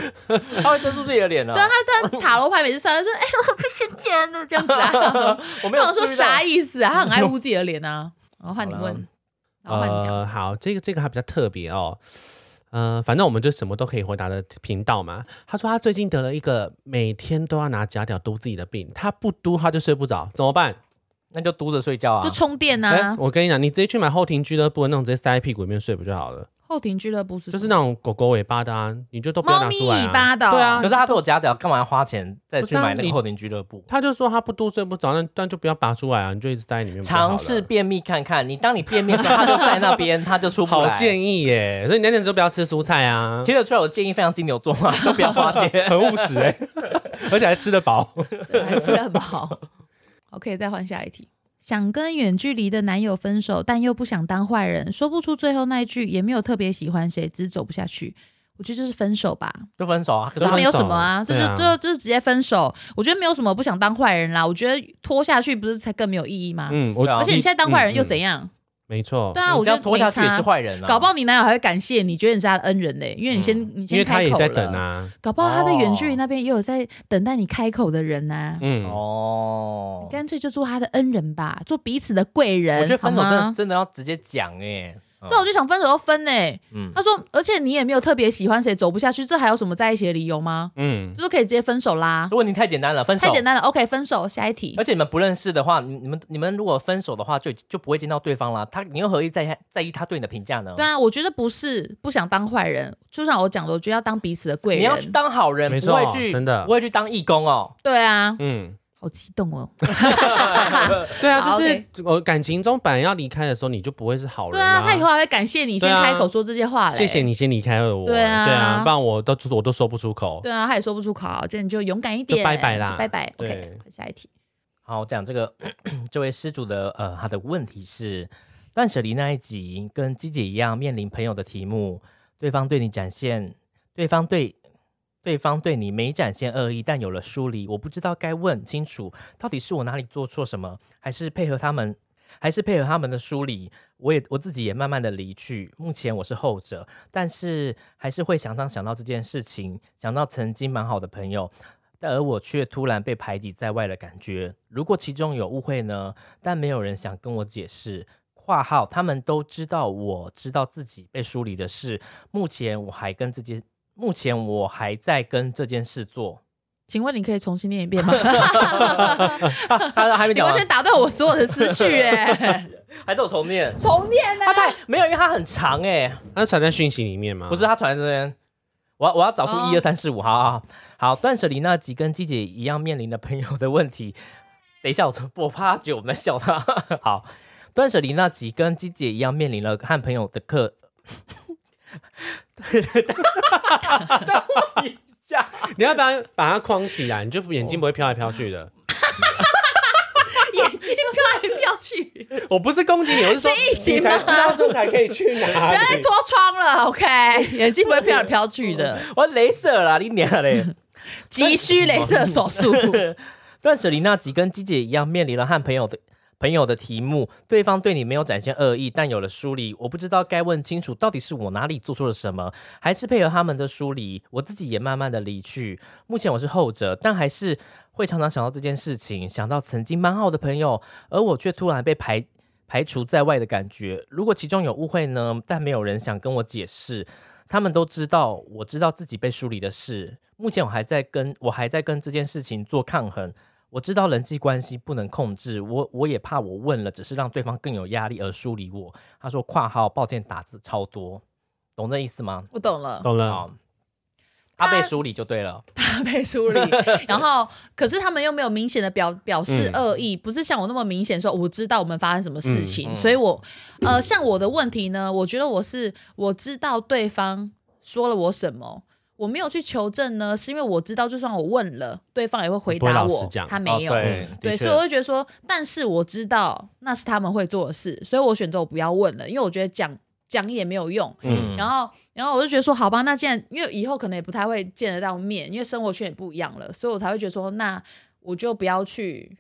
Speaker 2: 他会遮住自己的脸啊。
Speaker 1: 对啊，他他塔罗牌每次上来说：“哎、我被先剪了。”这样子 啊，
Speaker 2: 我
Speaker 1: 我
Speaker 2: 没有
Speaker 1: 想说
Speaker 2: 注意到
Speaker 1: 啥意思啊？他很爱污自己的脸啊。然后换你
Speaker 2: 好啦
Speaker 1: 问，然后换你讲，
Speaker 3: 呃，好，这个这个还比较特别哦。呃，反正我们就什么都可以回答的频道嘛。他说他最近得了一个每天都要拿假屌嘟自己的病，他不嘟他就睡不着，怎么办？
Speaker 2: 那就嘟着睡觉啊
Speaker 1: 就。充电呐、
Speaker 3: 哎、
Speaker 1: 啊。
Speaker 3: 我跟你讲，你直接去买后庭俱乐部的那种，直接塞在屁股里面睡不就好了？
Speaker 1: 后庭俱乐部是什
Speaker 3: 就
Speaker 1: 么
Speaker 3: 是那种狗狗尾巴的啊，你就都不要拿出来、
Speaker 1: 嗯猫
Speaker 3: 啊。
Speaker 1: 咪尾巴的哦
Speaker 3: 对啊
Speaker 2: 可，是他都有假屌，干嘛要花钱再
Speaker 3: 不
Speaker 2: 去
Speaker 3: 是啊
Speaker 2: 买那个
Speaker 3: 你
Speaker 2: 后庭俱乐部？
Speaker 3: 他就说他不嘟睡不着，那那就不要拔出来啊，你就一直待在里面不就好了。
Speaker 2: 尝试便秘看看，你当你便秘的时候，他就在那边，他就出不
Speaker 3: 好
Speaker 2: 来。
Speaker 3: 建议耶，所以你那点就不要吃蔬菜啊，
Speaker 2: 听得出来，我建议非常金牛座嘛， 都不要花钱。
Speaker 3: 很务实 哎，而且还吃得饱。
Speaker 1: 对还吃得 饱。OK，再换下一题。想跟远距离的男友分手，但又不想当坏人，说不出最后那一句，也没有特别喜欢谁，只是走不下去。我觉得这是分手吧，
Speaker 2: 就分手啊！可
Speaker 1: 这
Speaker 2: 是
Speaker 3: 就
Speaker 1: 没
Speaker 3: 分
Speaker 1: 有
Speaker 3: 手
Speaker 1: 什么啊，这
Speaker 3: 对
Speaker 1: 就、
Speaker 3: 啊
Speaker 1: 这就就是直接分手。我觉得没有什么不想当坏人啦，我觉得拖下去不是才更没有意义吗？
Speaker 3: 嗯，我嗯
Speaker 2: 对啊
Speaker 1: 而且你现在当坏人又怎
Speaker 3: 样？
Speaker 1: 样？
Speaker 3: 没错，
Speaker 1: 对啊，
Speaker 2: 你
Speaker 1: 我
Speaker 2: 这
Speaker 1: 觉
Speaker 2: 样
Speaker 1: 得
Speaker 2: 拖下去也
Speaker 1: 没
Speaker 2: 是
Speaker 1: 差
Speaker 2: 坏人啊，
Speaker 1: 搞不好你男友还会感谢你，觉得你是他的恩人嘞，因为你
Speaker 2: 嗯
Speaker 1: 先、你
Speaker 3: 因为
Speaker 1: 先
Speaker 3: 他
Speaker 1: 开
Speaker 3: 也
Speaker 1: 口
Speaker 3: 在等
Speaker 1: 了
Speaker 3: 啊，
Speaker 1: 搞不好他在远距
Speaker 2: 哦
Speaker 1: 离那边也有在等待你开口的人呐、
Speaker 3: 嗯，
Speaker 2: 哦。
Speaker 1: 干脆就做他的恩人吧，做彼此的贵人。
Speaker 2: 我觉得分手真
Speaker 1: 好
Speaker 2: 的
Speaker 1: 吗？
Speaker 2: 真的要直接讲哎，嗯
Speaker 1: 对，我就想分手就分呢、
Speaker 2: 嗯
Speaker 1: 他说，而且你也没有特别喜欢谁，走不下去，这还有什么在一起的理由吗？
Speaker 3: 嗯，
Speaker 1: 就是可以直接分手啦，
Speaker 2: 这问题太简单了，分手
Speaker 1: 太简单了。OK，分手，下一题
Speaker 2: 而。且你们不认识的话，你你们你们如果分手的话，就就不会见到对方啦。他你又何必在意在意他对你的评价呢？
Speaker 1: 对啊，我觉得不是不想当坏人，就像我讲的，我觉得要当彼此的贵
Speaker 2: 你要去
Speaker 1: 人。
Speaker 2: 当好人，
Speaker 3: 没
Speaker 2: 不
Speaker 3: 错
Speaker 2: 会，去
Speaker 3: 真的
Speaker 2: 不，会去当义工哦。
Speaker 1: 对啊，
Speaker 3: 嗯，
Speaker 1: 好激动哦。
Speaker 3: 对啊，
Speaker 1: 好
Speaker 3: 就是
Speaker 1: ，OK
Speaker 3: 我感情中本来要离开的时候，你就不会是好
Speaker 1: 对
Speaker 3: 人
Speaker 1: 啊，他以后
Speaker 3: 啊。
Speaker 1: 还会感谢你先
Speaker 3: 对啊
Speaker 1: 开口说这些话嘞。
Speaker 3: 谢谢。你先离开了我，
Speaker 1: 欸对啊
Speaker 3: 对啊，不然我都我都说不出口。
Speaker 1: 对啊，他也说不出口，这你就勇敢一点，
Speaker 3: 就拜拜啦
Speaker 1: 就拜拜。OK，
Speaker 3: 对
Speaker 1: 下一题。
Speaker 2: 好，我讲这个这位失主的呃，他的问题是断舍离那一集，跟鸡姐一样面临朋友的题目，对方对你展现，对方对。对方对你没展现恶意，但有了疏离，我不知道该问清楚，到底是我哪里做错什么，还是配合他们，还是配合他们的疏离，我也我自己也慢慢的离去。目前我是后者，但是还是会常常想到这件事情，想到曾经蛮好的朋友，但而我却突然被排挤在外的感觉。如果其中有误会呢？但没有人想跟我解释。（括号他们都知道我知道自己被疏离的事，目前我还跟这件，目前我还在跟这件事做。
Speaker 1: 请问你可以重新念一 遍吗？
Speaker 2: 啊他还没
Speaker 1: 你
Speaker 2: 讲
Speaker 1: 完
Speaker 2: 完
Speaker 1: 全，打断我所有的思绪 哎，
Speaker 2: 还在我重念。
Speaker 1: 重念啊呢、
Speaker 2: 他
Speaker 3: 啊
Speaker 2: 太没有，因为他很长哎、
Speaker 3: 那传在讯息里面吗？
Speaker 2: 不是，他传在这边，我要我要找出
Speaker 1: 哦
Speaker 2: 一二三四五，好好好好，断舍离那集跟季姐一样面临的朋友的问题。等一下，我我怕他觉得我们在笑他。好，断舍离那集跟季姐一样面临了和朋友的课。等我一下，
Speaker 3: 你要不要把它框起来？你就眼睛不会飘来飘去的。
Speaker 1: 眼睛飘来飘 去，
Speaker 3: 我不是攻击你，我是说
Speaker 1: 是疫情
Speaker 3: 你才
Speaker 1: 吗
Speaker 3: 知道这才可以去哪
Speaker 1: 不要再
Speaker 3: 里
Speaker 1: 脱。窗了，OK？眼睛不会飘来飘去
Speaker 3: 哦
Speaker 1: 的，
Speaker 2: 我镭射啦，你娘嘞！
Speaker 1: 急需镭射手 术。
Speaker 2: 断舍离那集跟鸡姐一样，面临了和朋友的朋友的题目，对方对你没有展现恶意，但有了疏离，我不知道该问清楚到底是我哪里做错了什么，还是配合他们的疏离，我自己也慢慢的离去。目前我是后者，但还是会常常想到这件事情，想到曾经蛮好的朋友，而我却突然被排。排除在外的感觉。如果其中有误会呢？但没有人想跟我解释，他们都知道，我知道自己被疏离的事。目前我还在跟我还在跟这件事情做抗衡，我知道人际关系不能控制，我我也怕我问了，只是让对方更有压力而疏离我。他说（括号抱歉打字超多），懂这意思吗？
Speaker 1: 我懂了，
Speaker 3: 懂了，
Speaker 2: 好，他被
Speaker 1: 他
Speaker 2: 疏离就对了。
Speaker 1: 他 被梳 理，然后可是他们又没有明显的表表示恶意，不是像我那么明显说我知道我们发生什么事情，
Speaker 2: 嗯嗯嗯
Speaker 1: 所以我呃，像我的问题呢，我觉得我是我知道对方说了我什么。我没有去求证呢，是因为我知道，就算我问了，对方也会回
Speaker 3: 不会
Speaker 1: 答
Speaker 3: 老实
Speaker 1: 我
Speaker 3: 讲，
Speaker 1: 他没有。
Speaker 2: 哦、对的
Speaker 1: 对，
Speaker 2: 确
Speaker 1: 所以我会觉得说，但是我知道那是他们会做的事，所以我选择我不要问了，因为我觉得讲讲也没有用。
Speaker 2: 嗯，
Speaker 1: 然后，然后我就觉得说，好吧，那既然因为以后可能也不太会见得到面，因为生活圈也不一样了，所以我才会觉得说，那我就不要去，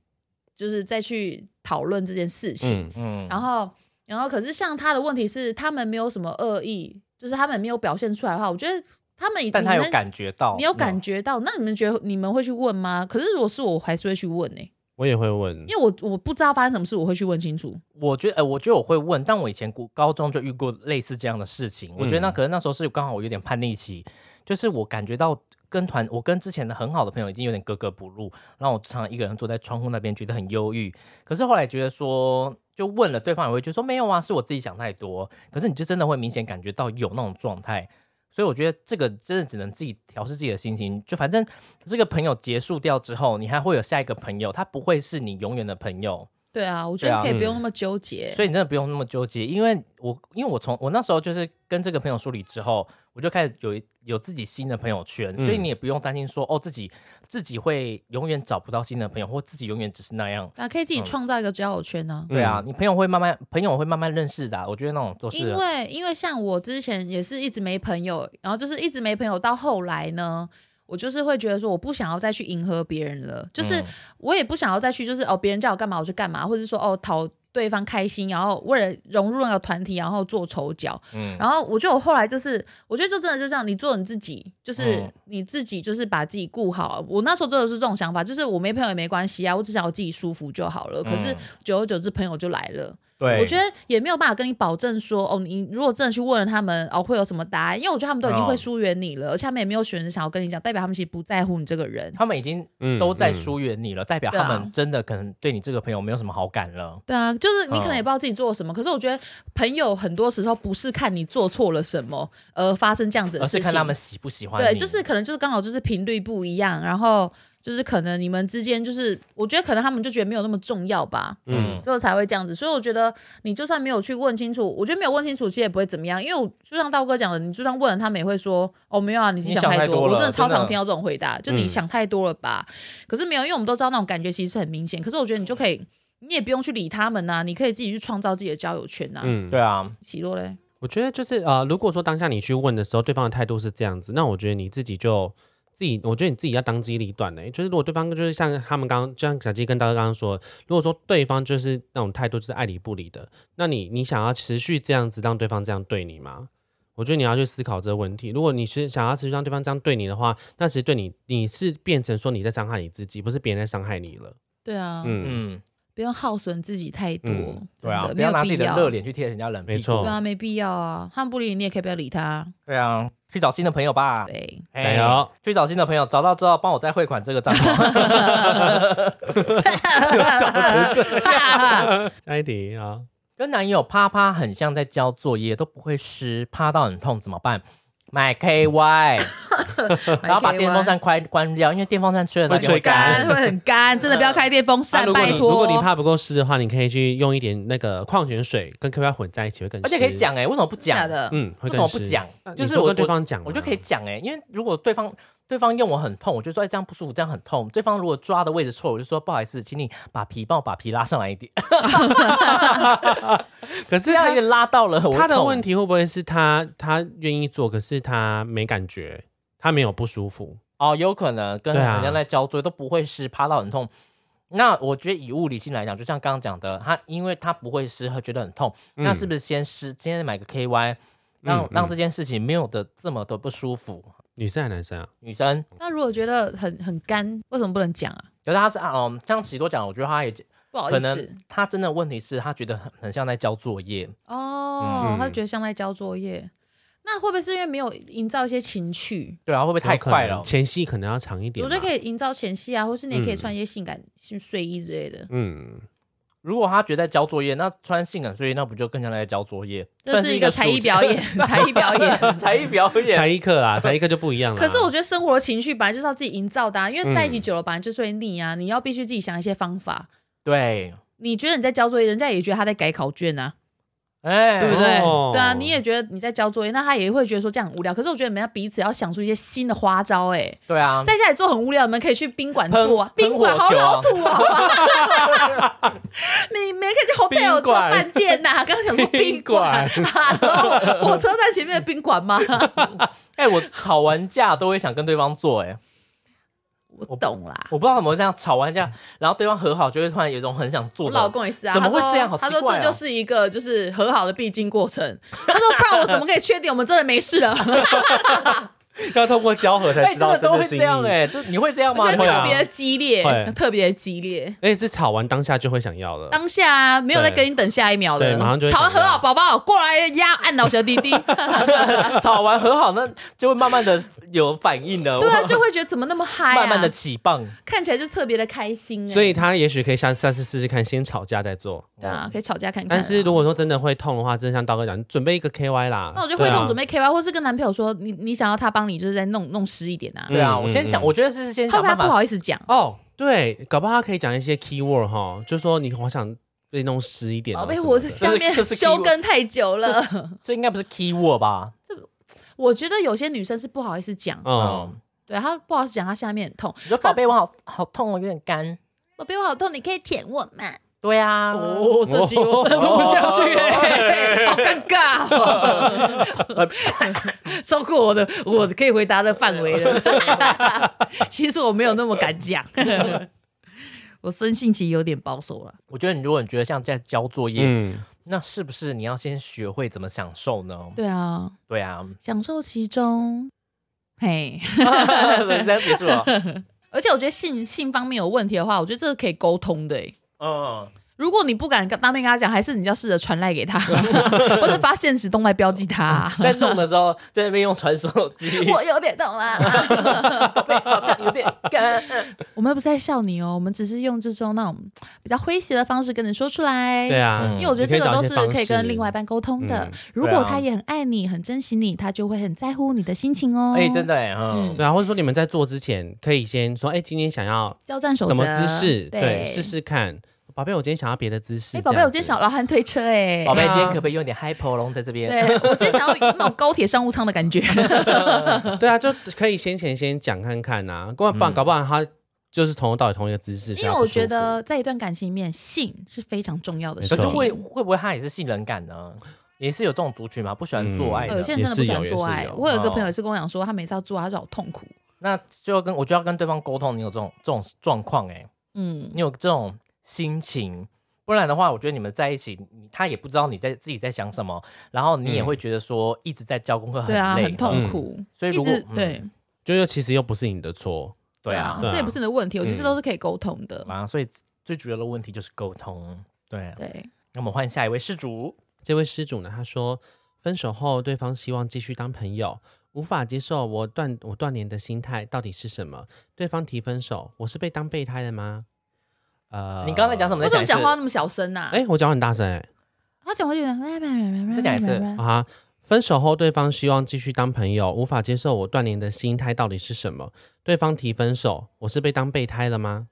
Speaker 1: 就是再去讨论这件事情。
Speaker 3: 嗯，
Speaker 2: 嗯
Speaker 1: 然
Speaker 2: 后
Speaker 1: 后，然后可是像他的问题是，他们没有什么恶意，就是他们没有表现出来的话，我觉得他们
Speaker 2: 但他有
Speaker 1: 你能
Speaker 2: 感觉到，
Speaker 1: 你有感觉到，那你们觉得你们会去问吗？可是如果是我，我还是会去问呢、
Speaker 3: 我也会问
Speaker 1: 因为我我不知道发生什么事，我会去问清楚。
Speaker 2: 我觉得，呃，我觉得我会问，但我以前高高中就遇过类似这样的事情。我觉得那
Speaker 3: 嗯
Speaker 2: 可能那时候是刚好我有点叛逆期，就是我感觉到跟团，我跟之前的很好的朋友已经有点格格不入，然后我常常一个人坐在窗户那边，觉得很忧郁。可是后来觉得说，就问了对方也会觉得说没有啊，是我自己想太多。可是你就真的会明显感觉到有那种状态。所以我觉得这个真的只能自己调试自己的心情，就反正这个朋友结束掉之后，你还会有下一个朋友，他不会是你永远的朋友。
Speaker 1: 对啊，我觉
Speaker 2: 对
Speaker 1: 得
Speaker 2: 啊
Speaker 1: 可以不用
Speaker 3: 嗯
Speaker 1: 那么纠结。
Speaker 2: 所以你真的不用那么纠结，因为我因为我从我那时候就是跟这个朋友梳理之后，我就开始有一有自己新的朋友圈，
Speaker 3: 嗯
Speaker 2: 所以你也不用担心说哦自己自己会永远找不到新的朋友，或自己永远只是那样。
Speaker 1: 啊，可以自
Speaker 2: 嗯
Speaker 1: 己创造一个交友圈呢、
Speaker 3: 嗯
Speaker 2: 对啊，你朋友会慢慢朋友会慢慢认识的啊、我觉得那种都是
Speaker 1: 因为因为像我之前也是一直没朋友，然后就是一直没朋友，到后来呢，我就是会觉得说我不想要再去迎合别人了，就是
Speaker 2: 嗯
Speaker 1: 我也不想要再去就是哦别人叫我干嘛我就干嘛，或者是说哦讨对方开心，然后为了融入那个团体，然后做丑角。
Speaker 2: 嗯，
Speaker 1: 然后我觉得我后来就是，我觉得就真的就这样，你做你自己，就是
Speaker 2: 嗯
Speaker 1: 你自己，就是把自己顾好。我那时候真的是这种想法，就是我没朋友也没关系啊，我只想我自己舒服就好了。可是
Speaker 2: 嗯
Speaker 1: 久而久之，朋友就来了。
Speaker 2: 对，
Speaker 1: 我觉得也没有办法跟你保证说，哦，你如果真的去问了他们，哦，会有什么答案？因为我觉得他们都已经会
Speaker 2: 哦
Speaker 1: 疏远你了，而且他们也没有选择想要跟你讲，代表他们其实不在乎你这个人。
Speaker 2: 他们已经
Speaker 3: 嗯
Speaker 2: 都在
Speaker 3: 嗯
Speaker 2: 疏远你了，代表
Speaker 1: 对啊
Speaker 2: 他们真的可能对你这个朋友没有什么好感了。
Speaker 1: 对啊，就是你可能也不知道自己做了什么，可是我觉得朋友很多时候不是看你做错了什么而发生这样子的
Speaker 2: 而
Speaker 1: 事情，
Speaker 2: 是看他们喜不喜欢你。
Speaker 1: 对，就是可能就是刚好就是频率不一样，然后就是可能你们之间就是，我觉得可能他们就觉得没有那么重要吧，
Speaker 3: 嗯
Speaker 2: 嗯，
Speaker 1: 所以我才会这样子。所以我觉得你就算没有去问清楚，我觉得没有问清楚其实也不会怎么样，因为我就像道哥讲的，你就算问了，他们也会说哦没有啊，你是
Speaker 2: 你
Speaker 1: 想
Speaker 2: 想
Speaker 1: 太
Speaker 2: 太多
Speaker 1: 我
Speaker 2: 了
Speaker 1: 真的超
Speaker 2: 真的
Speaker 1: 常听到这种回答，就你
Speaker 3: 嗯
Speaker 1: 想太多了吧？可是没有，因为我们都知道那种感觉其实是很明显，可是我觉得你就可以。你也不用去理他们呐、啊你可以自己去创造自己的交友圈呐、
Speaker 3: 嗯，
Speaker 2: 对啊，
Speaker 1: 喜多嘞，
Speaker 3: 我觉得就是呃，如果说当下你去问的时候，对方的态度是这样子，那我觉得你自己就自己，我觉得你自己要当机立断嘞、欸就是如果对方就是像他们刚刚，就像小鸡跟大家刚刚说，如果说对方就是那种态度就是爱理不理的，那你你想要持续这样子让对方这样对你吗？我觉得你要去思考这个问题。如果你是想要持续让对方这样对你的话，那其实对你你是变成说你在伤害你自己，不是别人在伤害你了。
Speaker 1: 对啊，
Speaker 3: 嗯，
Speaker 2: 嗯，
Speaker 1: 不用耗损自己太多，
Speaker 3: 嗯
Speaker 2: 对啊，
Speaker 1: 真
Speaker 2: 不
Speaker 1: 没有
Speaker 2: 要拿
Speaker 1: 必
Speaker 2: 自己的热哦脸去贴人家冷屁
Speaker 3: 没
Speaker 2: 股。
Speaker 3: 错
Speaker 1: 对啊，没必要啊，他们不理你，你也可以不要理他。
Speaker 2: 对啊，去找新的朋友吧。
Speaker 1: 对，
Speaker 2: 哎
Speaker 3: 加油！
Speaker 2: 去找新的朋友，找到之后帮我再汇款这个账号。
Speaker 3: 下一题啊，
Speaker 2: 跟男友啪啪很像在交作业，都不会湿，啪到很痛怎么办？买 KY，然后把电风扇关关掉，因为电风扇吹了它
Speaker 3: 会
Speaker 2: 就会
Speaker 3: 吹干
Speaker 1: 干会很干，真的不要开电风
Speaker 3: 啊
Speaker 1: 扇，
Speaker 3: 如果
Speaker 1: 拜
Speaker 3: 你
Speaker 1: 托。
Speaker 3: 如果你怕不够湿的话，你可以去用一点那个矿泉水跟 QQ 混在一起，会更湿。
Speaker 2: 而且可以，讲哎、为什么不
Speaker 1: 真
Speaker 2: 讲
Speaker 1: 的假？的，
Speaker 3: 嗯，会
Speaker 2: 为
Speaker 3: 更
Speaker 2: 什么
Speaker 3: 湿
Speaker 2: 不？讲
Speaker 3: 那？
Speaker 2: 就
Speaker 3: 你
Speaker 2: 是
Speaker 3: 说
Speaker 2: 我
Speaker 3: 跟对
Speaker 2: 我
Speaker 3: 方讲嘛，
Speaker 2: 我就可以讲哎、因为如果对方对方用我很痛，我就说哎、这样不舒服，这样很痛。对方如果抓的位置错，我就说不好意思，请你把皮帮我把皮拉上来一点。
Speaker 3: 可是
Speaker 2: 这样有
Speaker 3: 他
Speaker 2: 点拉到了我
Speaker 3: 啊他的
Speaker 2: 痛
Speaker 3: 问题会不会是他他愿意做，可是他没感觉，他没有不舒服？
Speaker 2: 哦，有可能跟
Speaker 3: 对啊
Speaker 2: 人家在交作业都不会湿，趴到很痛。那我觉得以物理性来讲，就像刚刚讲的，他因为他不会湿，他觉得很痛，那
Speaker 3: 嗯
Speaker 2: 是不是先湿，先买个 KY，让、
Speaker 3: 嗯
Speaker 2: 让
Speaker 3: 嗯
Speaker 2: 这件事情没有的这么的不舒服？
Speaker 3: 女生还是男生啊？
Speaker 2: 女生，
Speaker 1: 那如果觉得很很干，为什么不能讲啊？
Speaker 2: 可是她是啊嗯，像喜多讲，我觉得她也
Speaker 1: 不好意
Speaker 2: 可能
Speaker 1: 思
Speaker 2: 她真的问题是她觉得很很像在交作业，
Speaker 1: 哦
Speaker 3: 嗯，
Speaker 1: 他觉得像在交作业，那会不会是因为没有营造一些情趣？
Speaker 2: 对啊，会不会太
Speaker 3: 有可
Speaker 2: 快
Speaker 3: 能
Speaker 2: 了？
Speaker 3: 前戏可能要长一点
Speaker 1: 我
Speaker 3: 吧。
Speaker 1: 觉得可以营造前戏啊，或是你也可以
Speaker 3: 嗯
Speaker 1: 穿一些性感性睡衣之类的，
Speaker 3: 嗯，
Speaker 2: 如果她觉得在交作业，那穿性感睡衣，那不就更像在交作业？
Speaker 1: 这
Speaker 2: 算
Speaker 1: 是一
Speaker 2: 个
Speaker 1: 个才艺
Speaker 2: 暑
Speaker 1: 表 演，才艺表演。
Speaker 2: 假才艺表演，
Speaker 3: 才艺 课啊，才艺课就不一样 了啊。
Speaker 1: 可是我觉得生活的情绪本来就是要自己营造的、啊，因为在一起久了本来就是会腻啊，你要必须自己想一些方法。
Speaker 2: 对，
Speaker 1: 你觉得你在交作业，人家也觉得他在改考卷啊，
Speaker 2: 哎、
Speaker 1: 对不对？
Speaker 3: 哦
Speaker 1: 对啊，你也觉得你在交作业，那他也会觉得说这样很无聊。可是我觉得你们要彼此要想出一些新的花招、哎，
Speaker 2: 对啊，
Speaker 1: 在家里做很无聊，你们可以去宾馆做啊，
Speaker 2: 喷
Speaker 1: 宾馆
Speaker 2: 喷
Speaker 1: 好
Speaker 2: 火球啊
Speaker 1: 老土啊。 你们可以去 hotel
Speaker 3: 宾馆
Speaker 1: 做饭店呐、刚刚讲说宾馆，哈喽火车站前面的宾馆 吗？
Speaker 2: 哎、我吵完架都会想跟对方做、哎，
Speaker 1: 我懂啦，
Speaker 2: 我不知道怎么会这样，吵完架，然后对方和好，就会突然有一种很想做
Speaker 1: 我
Speaker 2: 的。
Speaker 1: 老公也是啊，
Speaker 2: 怎么会
Speaker 1: 他说
Speaker 2: 这样好
Speaker 1: 他
Speaker 2: 奇
Speaker 1: 说
Speaker 2: 怪
Speaker 1: 这
Speaker 2: 哦
Speaker 1: 就是一个就是和好的必经过程。 他说不然我怎么可以确定我们真的没事了？
Speaker 3: 要透过交合才
Speaker 2: 哎、真
Speaker 3: 知道
Speaker 2: 的
Speaker 3: 真
Speaker 2: 都
Speaker 3: 的
Speaker 2: 会
Speaker 3: 心
Speaker 2: 这
Speaker 3: 意。
Speaker 2: 样哎、这你会这样
Speaker 1: 我觉
Speaker 2: 吗？你会
Speaker 1: 得特
Speaker 2: 啊
Speaker 1: 别激烈
Speaker 3: 会，
Speaker 1: 特别激烈。
Speaker 3: 而且哎是吵完当下就会想要了。
Speaker 1: 当下啊，没有在
Speaker 3: 对
Speaker 1: 跟你等下一秒的，
Speaker 3: 对马上就会
Speaker 1: 吵完
Speaker 3: 想
Speaker 1: 和
Speaker 3: 要
Speaker 1: 好宝宝过来压按倒小弟 弟，
Speaker 2: 吵完和好，那就会慢慢的有反应了。
Speaker 1: 对啊，
Speaker 2: 我
Speaker 1: 就会觉得怎么那么嗨
Speaker 2: 慢慢的
Speaker 1: 啊，
Speaker 2: 起棒。
Speaker 1: 看起来就特别的开心欸。
Speaker 3: 所以他也许可以下下次试试看，先吵架再做。
Speaker 1: 对啊，可以吵架看看啊。
Speaker 3: 但是如果说真的会痛的话，真的像刀哥讲，你准备一个 KY 啦。
Speaker 1: 那我就会
Speaker 3: 对
Speaker 1: 动
Speaker 3: 啊
Speaker 1: 准备 K Y，或是跟男朋友说，你你想要他帮你，就是在弄弄湿一点啊。
Speaker 2: 对啊，
Speaker 3: 嗯
Speaker 2: 我先想，
Speaker 3: 嗯
Speaker 2: 我觉得是先
Speaker 1: 他会
Speaker 2: 想
Speaker 1: 不会
Speaker 2: 办
Speaker 1: 不好
Speaker 2: 法。
Speaker 1: 意思讲？
Speaker 3: 哦，对，搞不好他可以讲一些 keyword 哈，就说你好想被弄湿一点、啊
Speaker 1: 宝
Speaker 3: 什
Speaker 1: 贝，
Speaker 3: 么
Speaker 1: 我
Speaker 3: 的
Speaker 1: 下面
Speaker 2: 这 是
Speaker 3: 啊
Speaker 2: keyword
Speaker 1: 修根太久了。
Speaker 2: 这应该不是 key word 吧？
Speaker 1: 我觉得有些女生是不好意思讲，
Speaker 3: 哦，
Speaker 2: 嗯，
Speaker 1: 对她不好意思讲，她下面很痛。
Speaker 2: 你说宝贝，我好好痛哦，有点干。
Speaker 1: 宝贝，我好痛，你可以舔我嘛？
Speaker 2: 对啊，
Speaker 1: 哦，这集我真的录不下去、欸，好尴尬、哦，超过我的我可以回 答的范围了。其实我没有那么敢讲。我生性其实有点保守了。
Speaker 2: 我觉得你如果你觉得像在交作业，
Speaker 3: 嗯，
Speaker 2: 那是不是你要先学会怎么享受呢？
Speaker 1: 对啊，
Speaker 2: 对啊，
Speaker 1: 享受其中，嘿。
Speaker 2: 这样结束了。
Speaker 1: 而且我觉得性性方面有问题的话，我觉得这个可以沟通的、欸。
Speaker 2: 嗯，
Speaker 1: 如果你不敢跟当面跟他讲，还是你要试着传赖给他， 或者发现实动态标记他、啊
Speaker 2: 在弄的时候在那边用传手机，
Speaker 1: 我有点懂啦。
Speaker 2: 好像有点干。
Speaker 1: 我们不是在笑你哦，我们只是用这种那种比较诙谐的方式跟你说出来。
Speaker 3: 对啊，
Speaker 2: 嗯
Speaker 1: 哎因为我觉得这
Speaker 3: 你可以
Speaker 1: 个
Speaker 3: 找
Speaker 1: 都
Speaker 3: 一些
Speaker 1: 是
Speaker 3: 方
Speaker 1: 可以跟
Speaker 3: 式
Speaker 1: 另外一半沟通的。
Speaker 3: 嗯
Speaker 1: 如
Speaker 2: 对
Speaker 1: 果
Speaker 2: 啊
Speaker 1: 他也很爱你，很珍惜你，他就会很在乎你的心情哦。
Speaker 2: 哎，真的哎，嗯
Speaker 1: 嗯，
Speaker 3: 对啊，或者说你们在做之前可以先说，哎，今天想要
Speaker 1: 交战守则
Speaker 3: 什么姿势，
Speaker 1: 对，
Speaker 3: 对，试。试看。宝贝，我今天想要别的姿势。
Speaker 1: 哎，宝贝，我今天
Speaker 3: 想
Speaker 1: 想老汉推车哎、
Speaker 2: 宝贝，
Speaker 3: 对啊
Speaker 2: 今天可不可以用点 hypo 龙在这边？
Speaker 1: 对我今天想要那种高铁商务舱的感 觉。
Speaker 3: 对啊，就可以先前先讲看看呐、啊，不然不然搞不好他就是从头到尾同一个姿势。
Speaker 1: 因
Speaker 3: 所以
Speaker 1: 为
Speaker 3: 他
Speaker 1: 我
Speaker 3: 不舒
Speaker 1: 觉得
Speaker 3: 服，
Speaker 1: 在一段感情里面，性是非常重要的
Speaker 3: 没
Speaker 1: 事
Speaker 2: 可
Speaker 3: 错
Speaker 2: 是
Speaker 1: 情。
Speaker 2: 会会不会他也是性冷感呢？也是有这种族群嘛，不喜欢做爱
Speaker 1: 呃有
Speaker 2: 的。
Speaker 1: 些人真的不喜欢做爱
Speaker 3: 也是有也。嗯是有
Speaker 1: 我有一个朋友也是跟我讲说，他每次要做爱，他就好痛苦。
Speaker 2: 那就要跟我就要跟对方沟通，你有这种这种状况哎，
Speaker 1: 嗯，
Speaker 2: 你有这种心情，不然的话，我觉得你们在一起，你他也不知道你在自己在想什么，然后你也
Speaker 3: 嗯
Speaker 2: 会觉得说一直在交功课很
Speaker 1: 对
Speaker 2: 累，
Speaker 1: 啊，很痛
Speaker 3: 嗯
Speaker 1: 苦。
Speaker 2: 所以
Speaker 1: 一
Speaker 2: 如果
Speaker 1: 直
Speaker 2: 嗯
Speaker 1: 对
Speaker 3: 就又其实又不是你的错，
Speaker 2: 对啊，
Speaker 3: 对啊
Speaker 1: 这也不是你的问题，我觉得
Speaker 3: 嗯
Speaker 1: 这都是可以沟通的。
Speaker 2: 啊，所以最主要的问题就是沟通。对，
Speaker 3: 嗯
Speaker 1: 对，
Speaker 2: 那我们换下一位施主，
Speaker 3: 这位施主呢，他说分手后对方希望继续当朋友，无法接受我断我断联的心态到底是什么？对方提分手，我是被当备胎的吗？呃，
Speaker 2: 你刚才讲什么
Speaker 1: 为什么
Speaker 2: 再讲
Speaker 1: 讲
Speaker 2: 一次
Speaker 1: 话那么小声呐？
Speaker 3: 哎，我讲话很大声哎、
Speaker 1: 他讲话就有点，
Speaker 2: 再讲一次
Speaker 3: 啊！分手后，对方希望继续当朋友，无法接受我断联的心态到底是什么？对方提分手，我是被当备胎了吗？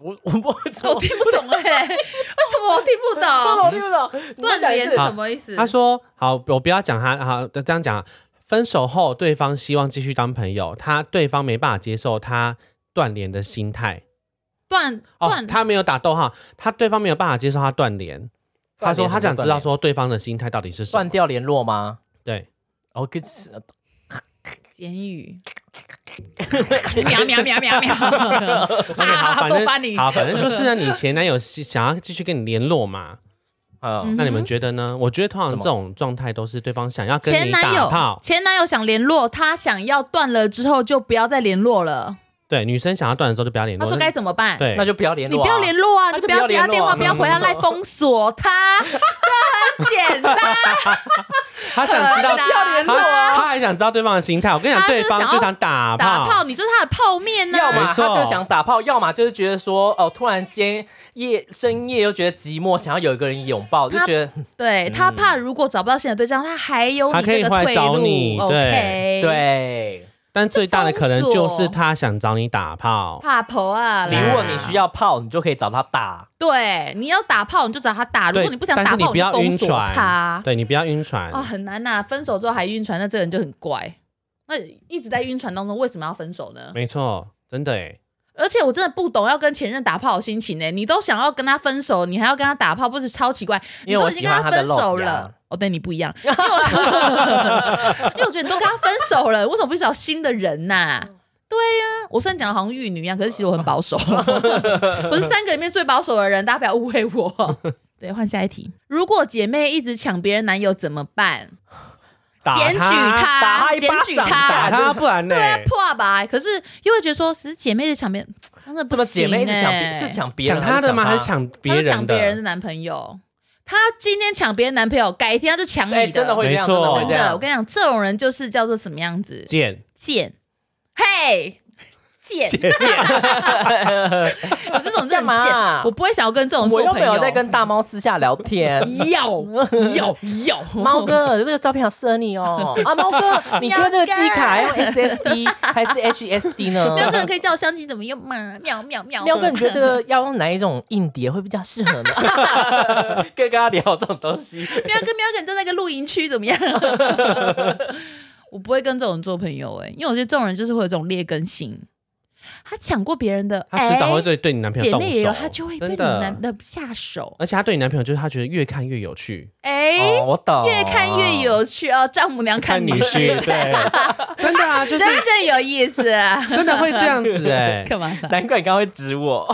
Speaker 2: 我 我不会说
Speaker 3: 哦
Speaker 1: 我，听不懂哎，为什么我听不 懂？
Speaker 2: 我听不懂，
Speaker 1: 断联是
Speaker 3: 好
Speaker 1: 什么意思？
Speaker 3: 啊他说：“好，我不要讲他，好，这样讲啊。分手后，对方希望继续当朋友，他对方没办法接受他断联的心态。
Speaker 1: 断
Speaker 3: 哦，
Speaker 1: 断，
Speaker 3: 他没有打逗号，他对方没有办法接受他断联。他说他想知道
Speaker 2: 说
Speaker 3: 说对方的心态到底是什
Speaker 2: 断
Speaker 3: 么。
Speaker 2: 掉联络吗？
Speaker 3: 对，
Speaker 2: 哦，
Speaker 1: 嗯
Speaker 2: 跟
Speaker 1: 简语。 喵喵喵喵喵！啊，
Speaker 3: 好，反
Speaker 1: 多
Speaker 3: 正
Speaker 1: 发你
Speaker 3: 好，反正就是呢，你前男友是想要继续跟你联络嘛。
Speaker 2: 嗯
Speaker 1: 嗯
Speaker 3: 那你们觉得呢？我觉得通常
Speaker 2: 什么
Speaker 3: 这种状态都是对方想要跟
Speaker 1: 前
Speaker 3: 你
Speaker 1: 男
Speaker 3: 打
Speaker 1: 友
Speaker 3: 炮，，
Speaker 1: 前男友想联络，他想要断了之后就不要再联络了。
Speaker 3: 对，女生想要断的时候就不要联
Speaker 1: 他
Speaker 3: 络。
Speaker 1: 说该怎么办？
Speaker 3: 对，
Speaker 2: 那就不要联
Speaker 1: 你
Speaker 2: 络，
Speaker 1: 不要联。络啊，你就不要接他电话，
Speaker 3: 嗯
Speaker 2: 那就
Speaker 1: 不
Speaker 2: 不要
Speaker 1: 要
Speaker 2: 联络啊
Speaker 1: 回他来封锁他，这很简单。啊
Speaker 3: 他想知
Speaker 1: 很
Speaker 3: 道
Speaker 1: 难要联络啊
Speaker 3: 他他还想知道对方的心态。我跟你讲，
Speaker 1: 他就是
Speaker 3: 对方
Speaker 1: 想要
Speaker 3: 就想打
Speaker 1: 打炮，
Speaker 3: 炮，
Speaker 1: 你就是他的泡面啊呢、
Speaker 2: 要么
Speaker 3: 没
Speaker 2: 他
Speaker 3: 错
Speaker 2: 就想打炮，要么就是觉得说，哦，突然间夜深夜又觉得寂寞，想要有一个人拥抱，就
Speaker 1: 他
Speaker 2: 觉得
Speaker 1: 对他怕如果找不到新的对象，他还有
Speaker 3: 还
Speaker 1: 你
Speaker 3: 嗯可以
Speaker 1: 这个
Speaker 3: 回来
Speaker 1: 退
Speaker 3: 找
Speaker 1: 路。
Speaker 3: 你对
Speaker 1: OK，，
Speaker 2: 对。
Speaker 3: 但最大的可能就
Speaker 1: 封锁
Speaker 3: 是他想找你打炮。
Speaker 1: 怕婆啊啦，
Speaker 2: 你
Speaker 3: 如
Speaker 2: 如
Speaker 3: 果
Speaker 2: 果你需要泡，你就可以找他打。
Speaker 1: 对，你要打炮你就找他打，如
Speaker 3: 对
Speaker 1: 果你不想
Speaker 3: 但
Speaker 1: 打
Speaker 3: 是你
Speaker 1: 炮，
Speaker 3: 不要
Speaker 1: 你
Speaker 3: 晕
Speaker 1: 就封锁他
Speaker 3: 船，。对你不要晕船
Speaker 1: 啊，。很难呐、分手之后还晕船，那这个人就很怪。那一直在晕船当中，为什么要分手呢？
Speaker 3: 没错，真的哎，
Speaker 1: 而且我真的不懂要跟前任打炮的心情呢、你都想要跟他分手，你还要跟他打炮，不是超奇怪？你
Speaker 2: 因为
Speaker 1: 都
Speaker 2: 我
Speaker 1: 已经
Speaker 2: 喜
Speaker 1: 跟
Speaker 2: 欢他的
Speaker 1: 分
Speaker 2: 肉
Speaker 1: 手
Speaker 2: 体
Speaker 1: 了
Speaker 2: 啊。
Speaker 1: 哦，对你不一样，因为我因为我觉得 你都跟他分手了，为什么不去找新的人呐、对呀、我虽然讲的好像玉女一样，可是其实我很保 守，我是三个里面最保守的人，大家不要误会我。 对，换下一题。如果姐妹一直抢别人男友怎么办？
Speaker 3: 打
Speaker 1: 检举
Speaker 3: 他，
Speaker 2: 打他一
Speaker 1: 检
Speaker 2: 巴
Speaker 1: 举
Speaker 2: 掌
Speaker 3: 打
Speaker 2: 打啊
Speaker 3: 他，不然呢？
Speaker 1: 破吧。可是又会觉得说，只是姐妹的抢别人，真的不
Speaker 2: 这
Speaker 1: 行、
Speaker 2: 么
Speaker 1: 欸。
Speaker 2: 姐妹一直抢别是抢别人
Speaker 3: 抢他的吗？还
Speaker 2: 还
Speaker 3: 是抢
Speaker 1: 她
Speaker 3: 别
Speaker 1: 就
Speaker 3: 人
Speaker 1: 抢别人
Speaker 3: 的？
Speaker 1: 的男朋友。她今天抢别人男朋友，改天她就抢你的，
Speaker 2: 哎，真的会这样，
Speaker 3: 没
Speaker 2: 真
Speaker 3: 错
Speaker 2: 的会
Speaker 1: 真
Speaker 2: 这
Speaker 1: 的，
Speaker 2: 样
Speaker 1: 我。跟你讲，这种人就是叫做什么样子？
Speaker 3: 贱
Speaker 1: 贱，嘿，贱，
Speaker 3: 贱贱，
Speaker 1: 我这种就
Speaker 2: 干
Speaker 1: 很
Speaker 2: 嘛啊
Speaker 1: 贱，我不会想要跟这种
Speaker 2: 我
Speaker 1: 做
Speaker 2: 又
Speaker 1: 朋
Speaker 2: 没有在跟大猫私下聊天。
Speaker 1: 要要要
Speaker 2: 猫哥，这个照片好适合你哦！啊，猫哥，你缺这个机卡要用 SSD 还是 HSD 呢？
Speaker 1: 喵哥可以叫我相机怎么用吗？喵喵喵，
Speaker 2: 喵哥，你觉得这个要用哪一种硬碟会比较适合呢？ 可以跟他聊这种东西。
Speaker 1: 喵哥喵哥你在那个露营区怎么样？欸我不会跟这种人做朋友哎、因为我觉得这种人就是会有这种劣根性。他抢过别人的，
Speaker 3: 他迟早
Speaker 1: 哎
Speaker 3: 会对对你男朋友
Speaker 1: 姐
Speaker 3: 动
Speaker 1: 妹也
Speaker 3: 手
Speaker 1: 有，，他就会对
Speaker 3: 真
Speaker 1: 你男
Speaker 3: 的。
Speaker 1: 的下手。
Speaker 3: 而且他对你男朋友就是他觉得越看越有 趣，
Speaker 1: 哎、
Speaker 2: 哦，我懂，
Speaker 1: 越看越有趣哦，丈母娘
Speaker 3: 看
Speaker 1: 女
Speaker 3: 女
Speaker 1: 婿，
Speaker 3: 婿，对， 真的啊，就是
Speaker 1: 真正有意 思、啊。
Speaker 3: 真的会这样 子哎、
Speaker 1: 干嘛啦？
Speaker 2: 难怪你刚刚会指我，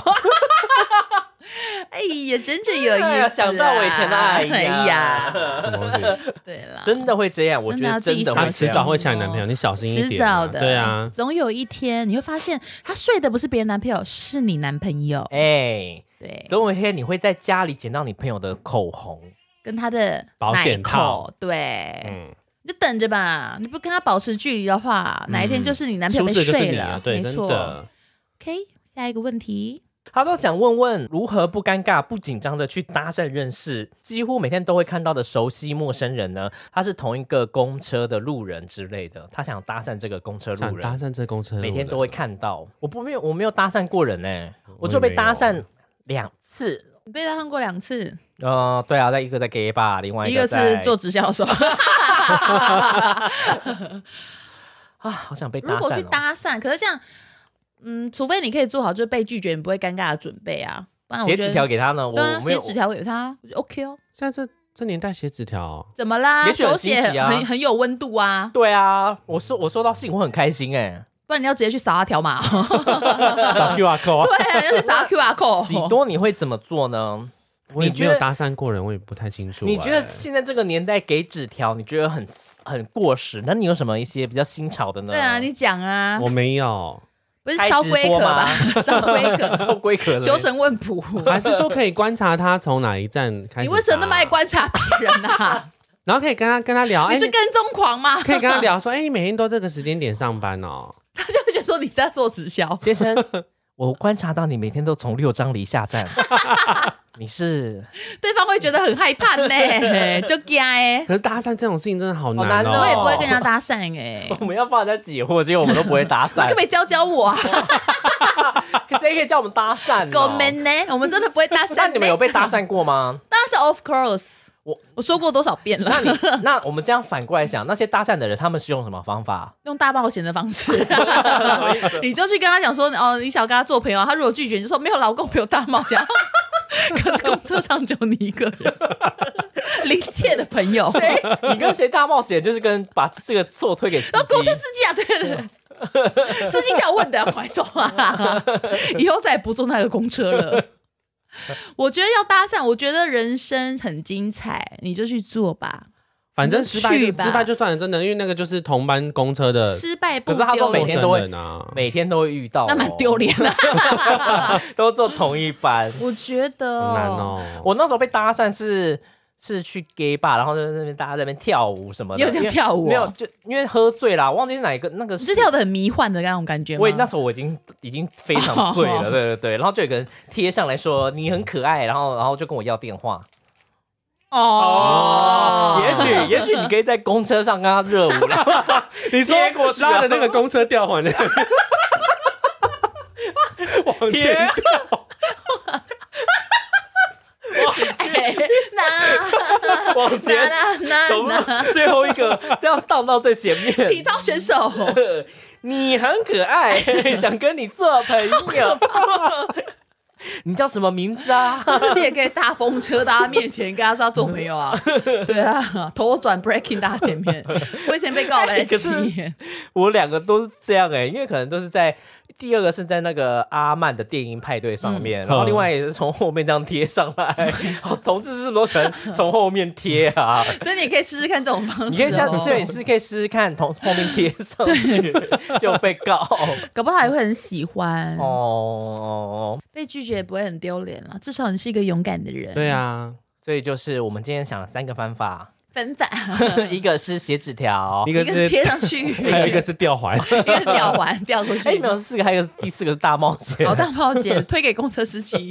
Speaker 1: 哎呀，真正有意思、
Speaker 2: 哎
Speaker 1: 啊
Speaker 2: 呀想到我以前的哎呀
Speaker 1: 哎呀，
Speaker 3: 什么东西
Speaker 1: 对了，
Speaker 2: 真的会这样，我觉
Speaker 1: 真的要
Speaker 2: 得
Speaker 1: 自己
Speaker 2: 真的
Speaker 1: 小
Speaker 2: 会
Speaker 3: 他
Speaker 1: 心
Speaker 2: 这
Speaker 3: 迟
Speaker 2: 样
Speaker 3: 早会抢你男朋友，你小心一
Speaker 1: 哦迟
Speaker 3: 点啊、
Speaker 1: 早的，
Speaker 3: 对啊，
Speaker 1: 总有一天你会发现，他睡的不是别人男朋友，是你男朋友。
Speaker 2: 哎，
Speaker 1: 对，
Speaker 2: 总有一天你会在家里捡到你朋友的口红，
Speaker 1: 跟他的
Speaker 3: 保险套
Speaker 1: 奶口，对，
Speaker 2: 嗯，
Speaker 1: 你就等着吧。你不跟他保持距离的话，哪一天就是你男朋友
Speaker 3: 出
Speaker 1: 被
Speaker 3: 事就是
Speaker 1: 睡
Speaker 3: 你
Speaker 1: 了。
Speaker 3: 啊，对，
Speaker 1: 没
Speaker 3: 真
Speaker 1: 错。
Speaker 3: 的。
Speaker 1: OK，下一个问题，
Speaker 2: 他都想问问如何不尴尬、不紧张的去搭讪认识几乎每天都会看到的熟悉陌生人呢？他是同一个公车的路人之类的，他想搭讪这个公车 路
Speaker 3: 想搭
Speaker 2: 人，
Speaker 3: 讪这公车，
Speaker 2: 每天都会。看到。我不没有我没有搭啊讪过人呢、我
Speaker 3: 我也
Speaker 2: 就被
Speaker 3: 没
Speaker 2: 搭
Speaker 3: 有
Speaker 2: 讪两次。
Speaker 1: 你被他上过两次，
Speaker 2: 呃，对啊，在一个在 gay 吧，另外
Speaker 1: 一
Speaker 2: 个
Speaker 1: 个是
Speaker 2: 在
Speaker 1: 做直销手。
Speaker 2: 啊，好想被搭讪、
Speaker 1: 如
Speaker 2: 哦。
Speaker 1: 果去搭讪，可是这样，嗯，除非你可以做好就是被拒绝，你不会尴尬的准备啊。不然我
Speaker 2: 写
Speaker 1: 觉
Speaker 2: 纸
Speaker 1: 得，
Speaker 2: 条给他呢，我
Speaker 1: 对啊，
Speaker 2: 我
Speaker 1: 写
Speaker 2: 没有
Speaker 1: 纸条给他我觉得，OK 哦。
Speaker 3: 现在这这年代写纸条，
Speaker 1: 怎么啦？
Speaker 2: 也许很
Speaker 1: 手写
Speaker 2: 新奇啊
Speaker 1: 很很有温度啊，
Speaker 2: 对啊，我收我收到信我很开心哎、
Speaker 1: 不然你要直接去扫他条码 哦。
Speaker 3: 扫 QR code 啊
Speaker 1: 对，啊要去扫他 QR
Speaker 2: 喜
Speaker 1: code 哦。
Speaker 2: 多你会怎么做呢？
Speaker 3: 我也
Speaker 2: 你
Speaker 3: 没
Speaker 2: 觉得
Speaker 3: 有搭讪过人，我也不太清楚哎、
Speaker 2: 你觉得现在这个年代给纸条，你觉得很很过时？那你有什么一些比较新潮的呢？
Speaker 1: 对啊，你讲啊，
Speaker 3: 哎我没有，
Speaker 1: 不是烧龟壳吧？ 烧龟壳，
Speaker 2: 做龟壳的
Speaker 1: 求神问卜。
Speaker 3: 还是说可以观察他从哪一站开始？
Speaker 1: 你为什么那么爱
Speaker 3: 观？
Speaker 1: 观察别人啊？
Speaker 3: 然后可以跟他跟他聊，哎、
Speaker 1: 你是
Speaker 3: 你
Speaker 1: 跟踪狂吗？
Speaker 3: 可以跟他聊说，哎、你每天都这个时间点上班哦。
Speaker 1: 他就会觉得说你在做直销。
Speaker 2: 先生，我观察到你每天都从六张犁下 站，你是
Speaker 1: 对方会觉得很害怕呢，就惊哎。
Speaker 3: 可是搭讪这种事情真的好
Speaker 2: 好难
Speaker 3: 难哦、
Speaker 2: 哦
Speaker 1: 我也不会跟人家搭讪哎，
Speaker 2: 我们要帮人家解惑，结果我们都不会搭
Speaker 1: 那
Speaker 2: 讪
Speaker 1: 可不，可以教教我啊？
Speaker 2: 可 谁可以叫我们搭讪呢？
Speaker 1: 狗们呢？我们真的不会搭讪
Speaker 2: 那
Speaker 1: 呢。
Speaker 2: 你们有被搭讪 过吗？
Speaker 1: 当然是 of course，
Speaker 2: 我
Speaker 1: 我说过多少遍了，
Speaker 2: 那我们这样反过来想，那些搭讪的人，他们是用什么方法？
Speaker 1: 用大冒险的方式， 你就去跟他讲说，哦，你想跟他做朋友，他如果拒绝，你就说没有老公，没有大冒险。 可是公车上只有你一个 人，临切的朋友，然
Speaker 2: 谁？你跟谁大冒险？就是跟把这个错推给司
Speaker 1: 后公车
Speaker 2: 机
Speaker 1: 司。机啊，对对对，司机叫我问的，快走啊！以后再也不坐那个公车了。我觉得要搭讪，我觉得人生很精彩，你就去做吧。
Speaker 3: 反正失败
Speaker 1: 去
Speaker 3: 就
Speaker 1: 吧
Speaker 3: 失败就算了，真的，因为那个就是同班公车的
Speaker 1: 失败不
Speaker 2: 呃可是他
Speaker 1: 丢
Speaker 2: 说每
Speaker 1: 脸
Speaker 2: 天都会
Speaker 3: 陌生人啊。
Speaker 2: 每天都会遇到、哦
Speaker 1: 那蛮丢，脸的。
Speaker 2: 都坐同一班。
Speaker 1: 我觉得
Speaker 3: 好难，哦，
Speaker 2: 我那时候被搭讪是是去 gay 吧，然后在那边大家在那边跳舞什么的。
Speaker 1: 你有这样
Speaker 2: 因为
Speaker 1: 跳舞哦
Speaker 2: 没有，就因为喝醉啦，我忘记是哪一个那个
Speaker 1: 你是
Speaker 2: 是。
Speaker 1: 跳的很迷幻的那种感觉吗？
Speaker 2: 我也那时候我已经已经非常醉 了，
Speaker 1: 哦
Speaker 2: 对对对，然后就有个人贴上来说你很可爱，然后然后就跟我要电话。
Speaker 1: 哦，
Speaker 2: 也许也许你可以在公车上跟他热舞， 然后
Speaker 3: 你说
Speaker 2: 贴过去啊
Speaker 3: 拉着那个公车吊环的， 往
Speaker 2: 贴
Speaker 3: 前，
Speaker 1: 哎 那
Speaker 2: 往前
Speaker 1: 那
Speaker 2: 走
Speaker 1: 那
Speaker 2: 路
Speaker 1: 那
Speaker 2: 最后一个，这样荡到最前
Speaker 1: 体
Speaker 2: 面。
Speaker 1: 操选手，
Speaker 2: 你很可 爱，想跟你做朋友。 你叫什么名字 啊？
Speaker 1: 不是你也可以搭风车到他面前跟他说要做朋友啊？对啊，头转 breaking 大家前面，我以前被告白的经验，
Speaker 2: 我两个都是这样哎、因为可能都是在第二个是在那个阿曼的电音派对上面，然后另外也是从后面这样贴上来。 好，同志是不是都喜欢从后面贴 啊？
Speaker 1: 所以你也可以试试看这种方
Speaker 2: 你
Speaker 1: 式
Speaker 2: 可以像
Speaker 1: 哦
Speaker 2: 摄。影师可以试试看，从后面贴上 去就被告
Speaker 1: 搞不好还会很喜欢，
Speaker 2: 哦。
Speaker 1: 被拒绝也不会很丢脸了，至少你是一个勇敢的人。
Speaker 3: 对啊，
Speaker 2: 所以就是我们今天想了三个方法，
Speaker 1: 分反，
Speaker 2: 一个是写纸条，
Speaker 3: 一
Speaker 1: 一
Speaker 3: 个
Speaker 1: 个是
Speaker 3: 是
Speaker 1: 贴上去，
Speaker 3: 还有一个是吊环，
Speaker 1: 一个是吊环吊过去，
Speaker 2: 哎、没有四个，还有第四个是大冒 险。
Speaker 1: 好大炮姐推给公车司机，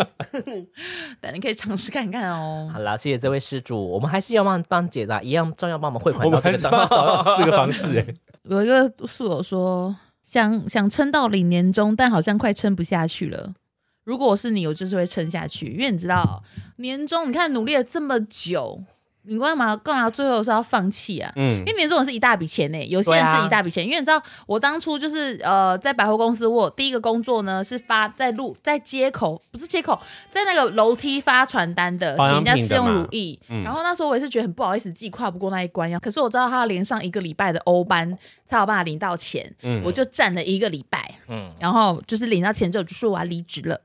Speaker 1: 但你可以尝试看看哦
Speaker 2: 好。啦，谢谢这位施主，我们还是要帮帮解答，一样照样帮我们汇款
Speaker 3: 我
Speaker 2: 到
Speaker 3: 们
Speaker 2: 这
Speaker 3: 还
Speaker 2: 个
Speaker 3: 是
Speaker 2: 账
Speaker 3: 帮他
Speaker 2: 号。
Speaker 3: 找到四个方式哎。
Speaker 1: 有一个宿友说，想想撑到领年终，但好像快撑不下去了。如果我是你，我就是会撑下去，因为你知道年终，你看努力了这么久，你干嘛干嘛最后是要放弃啊？
Speaker 3: 嗯
Speaker 1: 因为，免这种是一大笔钱呢、有些
Speaker 2: 对
Speaker 1: 人
Speaker 2: 啊
Speaker 1: 是一大笔钱，因为你知道，我当初就是呃，在百货公司，我第一个工作呢是发在路在街口，不是街口，在那个楼梯发传单的，
Speaker 3: 保
Speaker 1: 请
Speaker 3: 养
Speaker 1: 人家
Speaker 3: 品
Speaker 1: 试
Speaker 3: 的
Speaker 1: 用
Speaker 3: 嘛
Speaker 1: 乳液。
Speaker 3: 嗯
Speaker 1: 然后那时候我也是觉得很不好意思，自己跨不过那一关呀。可是我知道他要连上一个礼拜的欧班才有办法领到钱，
Speaker 3: 嗯
Speaker 1: 我就站了一个礼拜，
Speaker 2: 嗯，
Speaker 1: 然后就是领到钱之后就说我要离职了。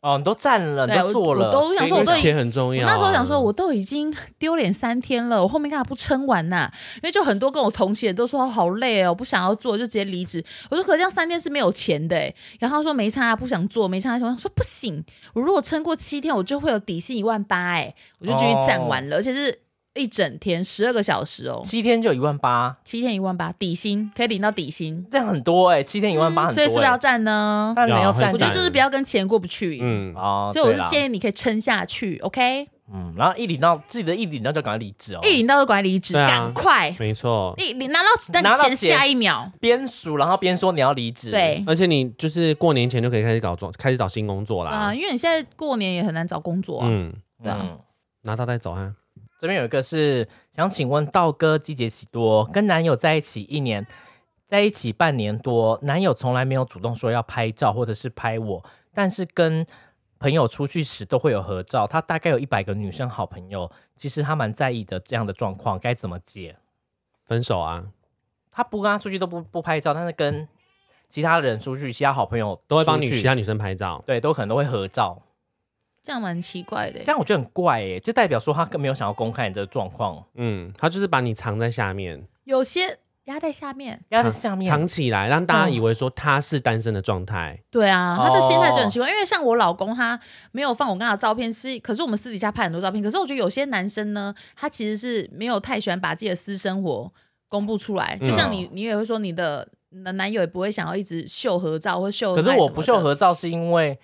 Speaker 2: 哦，你都站了，你
Speaker 1: 对
Speaker 2: 都
Speaker 1: 我
Speaker 2: 做
Speaker 1: 我
Speaker 2: 了，
Speaker 1: 都想
Speaker 2: 所以
Speaker 1: 说我
Speaker 2: 你
Speaker 1: 都
Speaker 3: 钱很重
Speaker 1: 我
Speaker 3: 要、啊
Speaker 1: 那时候想
Speaker 2: 啊
Speaker 1: 说，我都已经丢脸三天了，我后面干嘛不撑完呐、因为就很多跟我同期的都说好累哦，不想要做，就直接离职。我说可这样三天是没有钱的、欸，然后他说没差、啊，不想做，没差、啊。我说不行，我如果撑过七天，我就会有底薪一万八，哎，我就继续站完
Speaker 2: 哦
Speaker 1: 了，而且是一整天十二个小时哦，
Speaker 2: 七天就一万八，
Speaker 1: 七天一万八，底薪可以领到底薪，
Speaker 2: 这样很多哎、七天一万八
Speaker 1: 嗯
Speaker 2: 很多、
Speaker 1: 所
Speaker 2: 欸
Speaker 1: 以是不是要站呢？
Speaker 2: 当然要
Speaker 3: 要
Speaker 2: 站
Speaker 3: 很
Speaker 1: 我觉
Speaker 2: 起来
Speaker 1: 得就是不要跟钱过不去，
Speaker 3: 嗯，
Speaker 2: 哦，
Speaker 1: 所以我
Speaker 2: 对
Speaker 1: 是
Speaker 2: 啦
Speaker 1: 建议你可以撑下去，OK。
Speaker 2: 嗯，然后一领到自己的一领到就赶快离职哦，
Speaker 1: 一领到就管理职，
Speaker 3: 对啊
Speaker 1: 赶快！
Speaker 3: 没错。
Speaker 1: 你你拿到那
Speaker 2: 拿
Speaker 1: 个
Speaker 2: 到
Speaker 1: 钱
Speaker 2: 钱
Speaker 1: 下一秒，
Speaker 2: 边数然后边说你要离职，
Speaker 1: 对
Speaker 3: 而且你就是过年前就可以开始搞装， 开始找新工作
Speaker 1: 啊、
Speaker 3: 啦。
Speaker 1: 因为你现在过年也很难找工作、啊，
Speaker 3: 嗯，
Speaker 1: 对啊
Speaker 2: 嗯。
Speaker 3: 拿到再走啊。
Speaker 2: 这边有一个是想请问道哥季节喜多，跟男友在一起一年，在一起半年多，男友从来没有主动说要拍照或者是拍我，但是跟朋友出去时都会有合照。他大概有一百个女生好朋友，其实他蛮在意的这样的状况，该怎么解？
Speaker 3: 分手啊，
Speaker 2: 他不跟他出去都不不拍照，但是跟其他人出去，其他好朋友
Speaker 3: 都会帮你
Speaker 2: 出去
Speaker 3: 其他女生拍照。
Speaker 2: 对，都可能都会合照。
Speaker 1: 这样蛮奇怪的
Speaker 2: 这。样我觉得很怪耶、就代表说他更没有想要公开你这个状况，
Speaker 3: 嗯，他就是把你藏在下面，
Speaker 1: 有些压在下面，
Speaker 2: 压在下面。
Speaker 3: 藏起来，让大家
Speaker 2: 嗯
Speaker 3: 以为说他是单身的状态。
Speaker 1: 对啊，他的
Speaker 2: 哦
Speaker 1: 心态就很奇怪。因为像我老公，他没有放我跟他的照片是，可是我们私底下拍很多照片。可是我觉得有些男生呢，他其实是没有太喜欢把自己的私生活公布出来。就
Speaker 2: 嗯
Speaker 1: 像你，你也会说你的男男友也不会想要一直秀合照或秀，
Speaker 2: 可是我不秀。合照是因为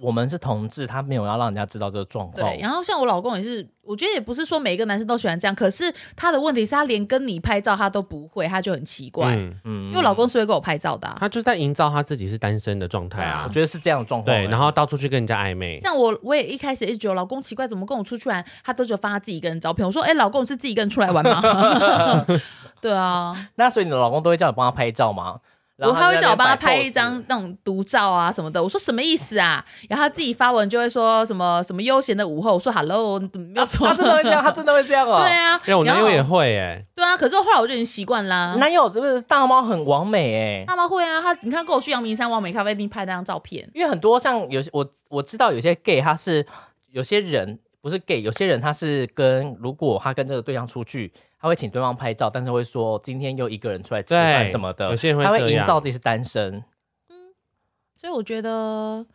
Speaker 2: 我们是同志，他没有要让人家知道这个状况
Speaker 1: 对，。然后像我老公也是，我觉得也不是说每一个男生都喜欢这样，可是他的问题是他连跟你拍照他都不会，他就很奇怪。
Speaker 3: 嗯，
Speaker 2: 嗯
Speaker 1: 因为我老公是会给我拍照的、啊，
Speaker 3: 他就是在营造他自己是单身的状态
Speaker 2: 我
Speaker 3: 啊。
Speaker 2: 觉得是这样的状况欸。
Speaker 3: 对，然后到处去跟人家暧昧。
Speaker 1: 像我我也一开始一直觉得我老公奇怪，怎么跟我出去玩，他都只有发他自己一个人照片。我说，哎、老公是自己一个人出来玩吗？ 对啊，
Speaker 2: 那所以你的老公都会叫你帮他拍照吗？然
Speaker 1: 我
Speaker 2: 后
Speaker 1: 他
Speaker 2: 就
Speaker 1: 会
Speaker 2: 在
Speaker 1: 叫我
Speaker 2: 那边
Speaker 1: 帮他
Speaker 2: 摆
Speaker 1: 拍
Speaker 2: pose
Speaker 1: 一张。那种独照啊什么的。我说什么意思啊？然后他自己发文就会说什么什么悠闲的午后，我说 hello，你怎么没有
Speaker 2: 啊
Speaker 1: 说、
Speaker 2: 他真的会这样，他真的会这样哦。
Speaker 1: 对啊，
Speaker 3: 哎，我男
Speaker 1: 然
Speaker 3: 友
Speaker 1: 后
Speaker 3: 也会哎，
Speaker 1: 对啊，可是后来我就已经习惯啦、
Speaker 2: 男友这个大猫很完美哎，
Speaker 1: 他们会啊，他你看跟我去阳明山完美咖啡厅拍那张照片，
Speaker 2: 因为很多像有些我我知道有些 gay 他是有些人不是 gay，有些人他是跟如果他跟这个对象出去，他会请对方拍照，但是会说今天又一个人出来吃饭
Speaker 3: 对
Speaker 2: 什么的，
Speaker 3: 有些人会
Speaker 2: 他会
Speaker 3: 这
Speaker 2: 营
Speaker 3: 样
Speaker 2: 造自己是单身。
Speaker 1: 所以我觉得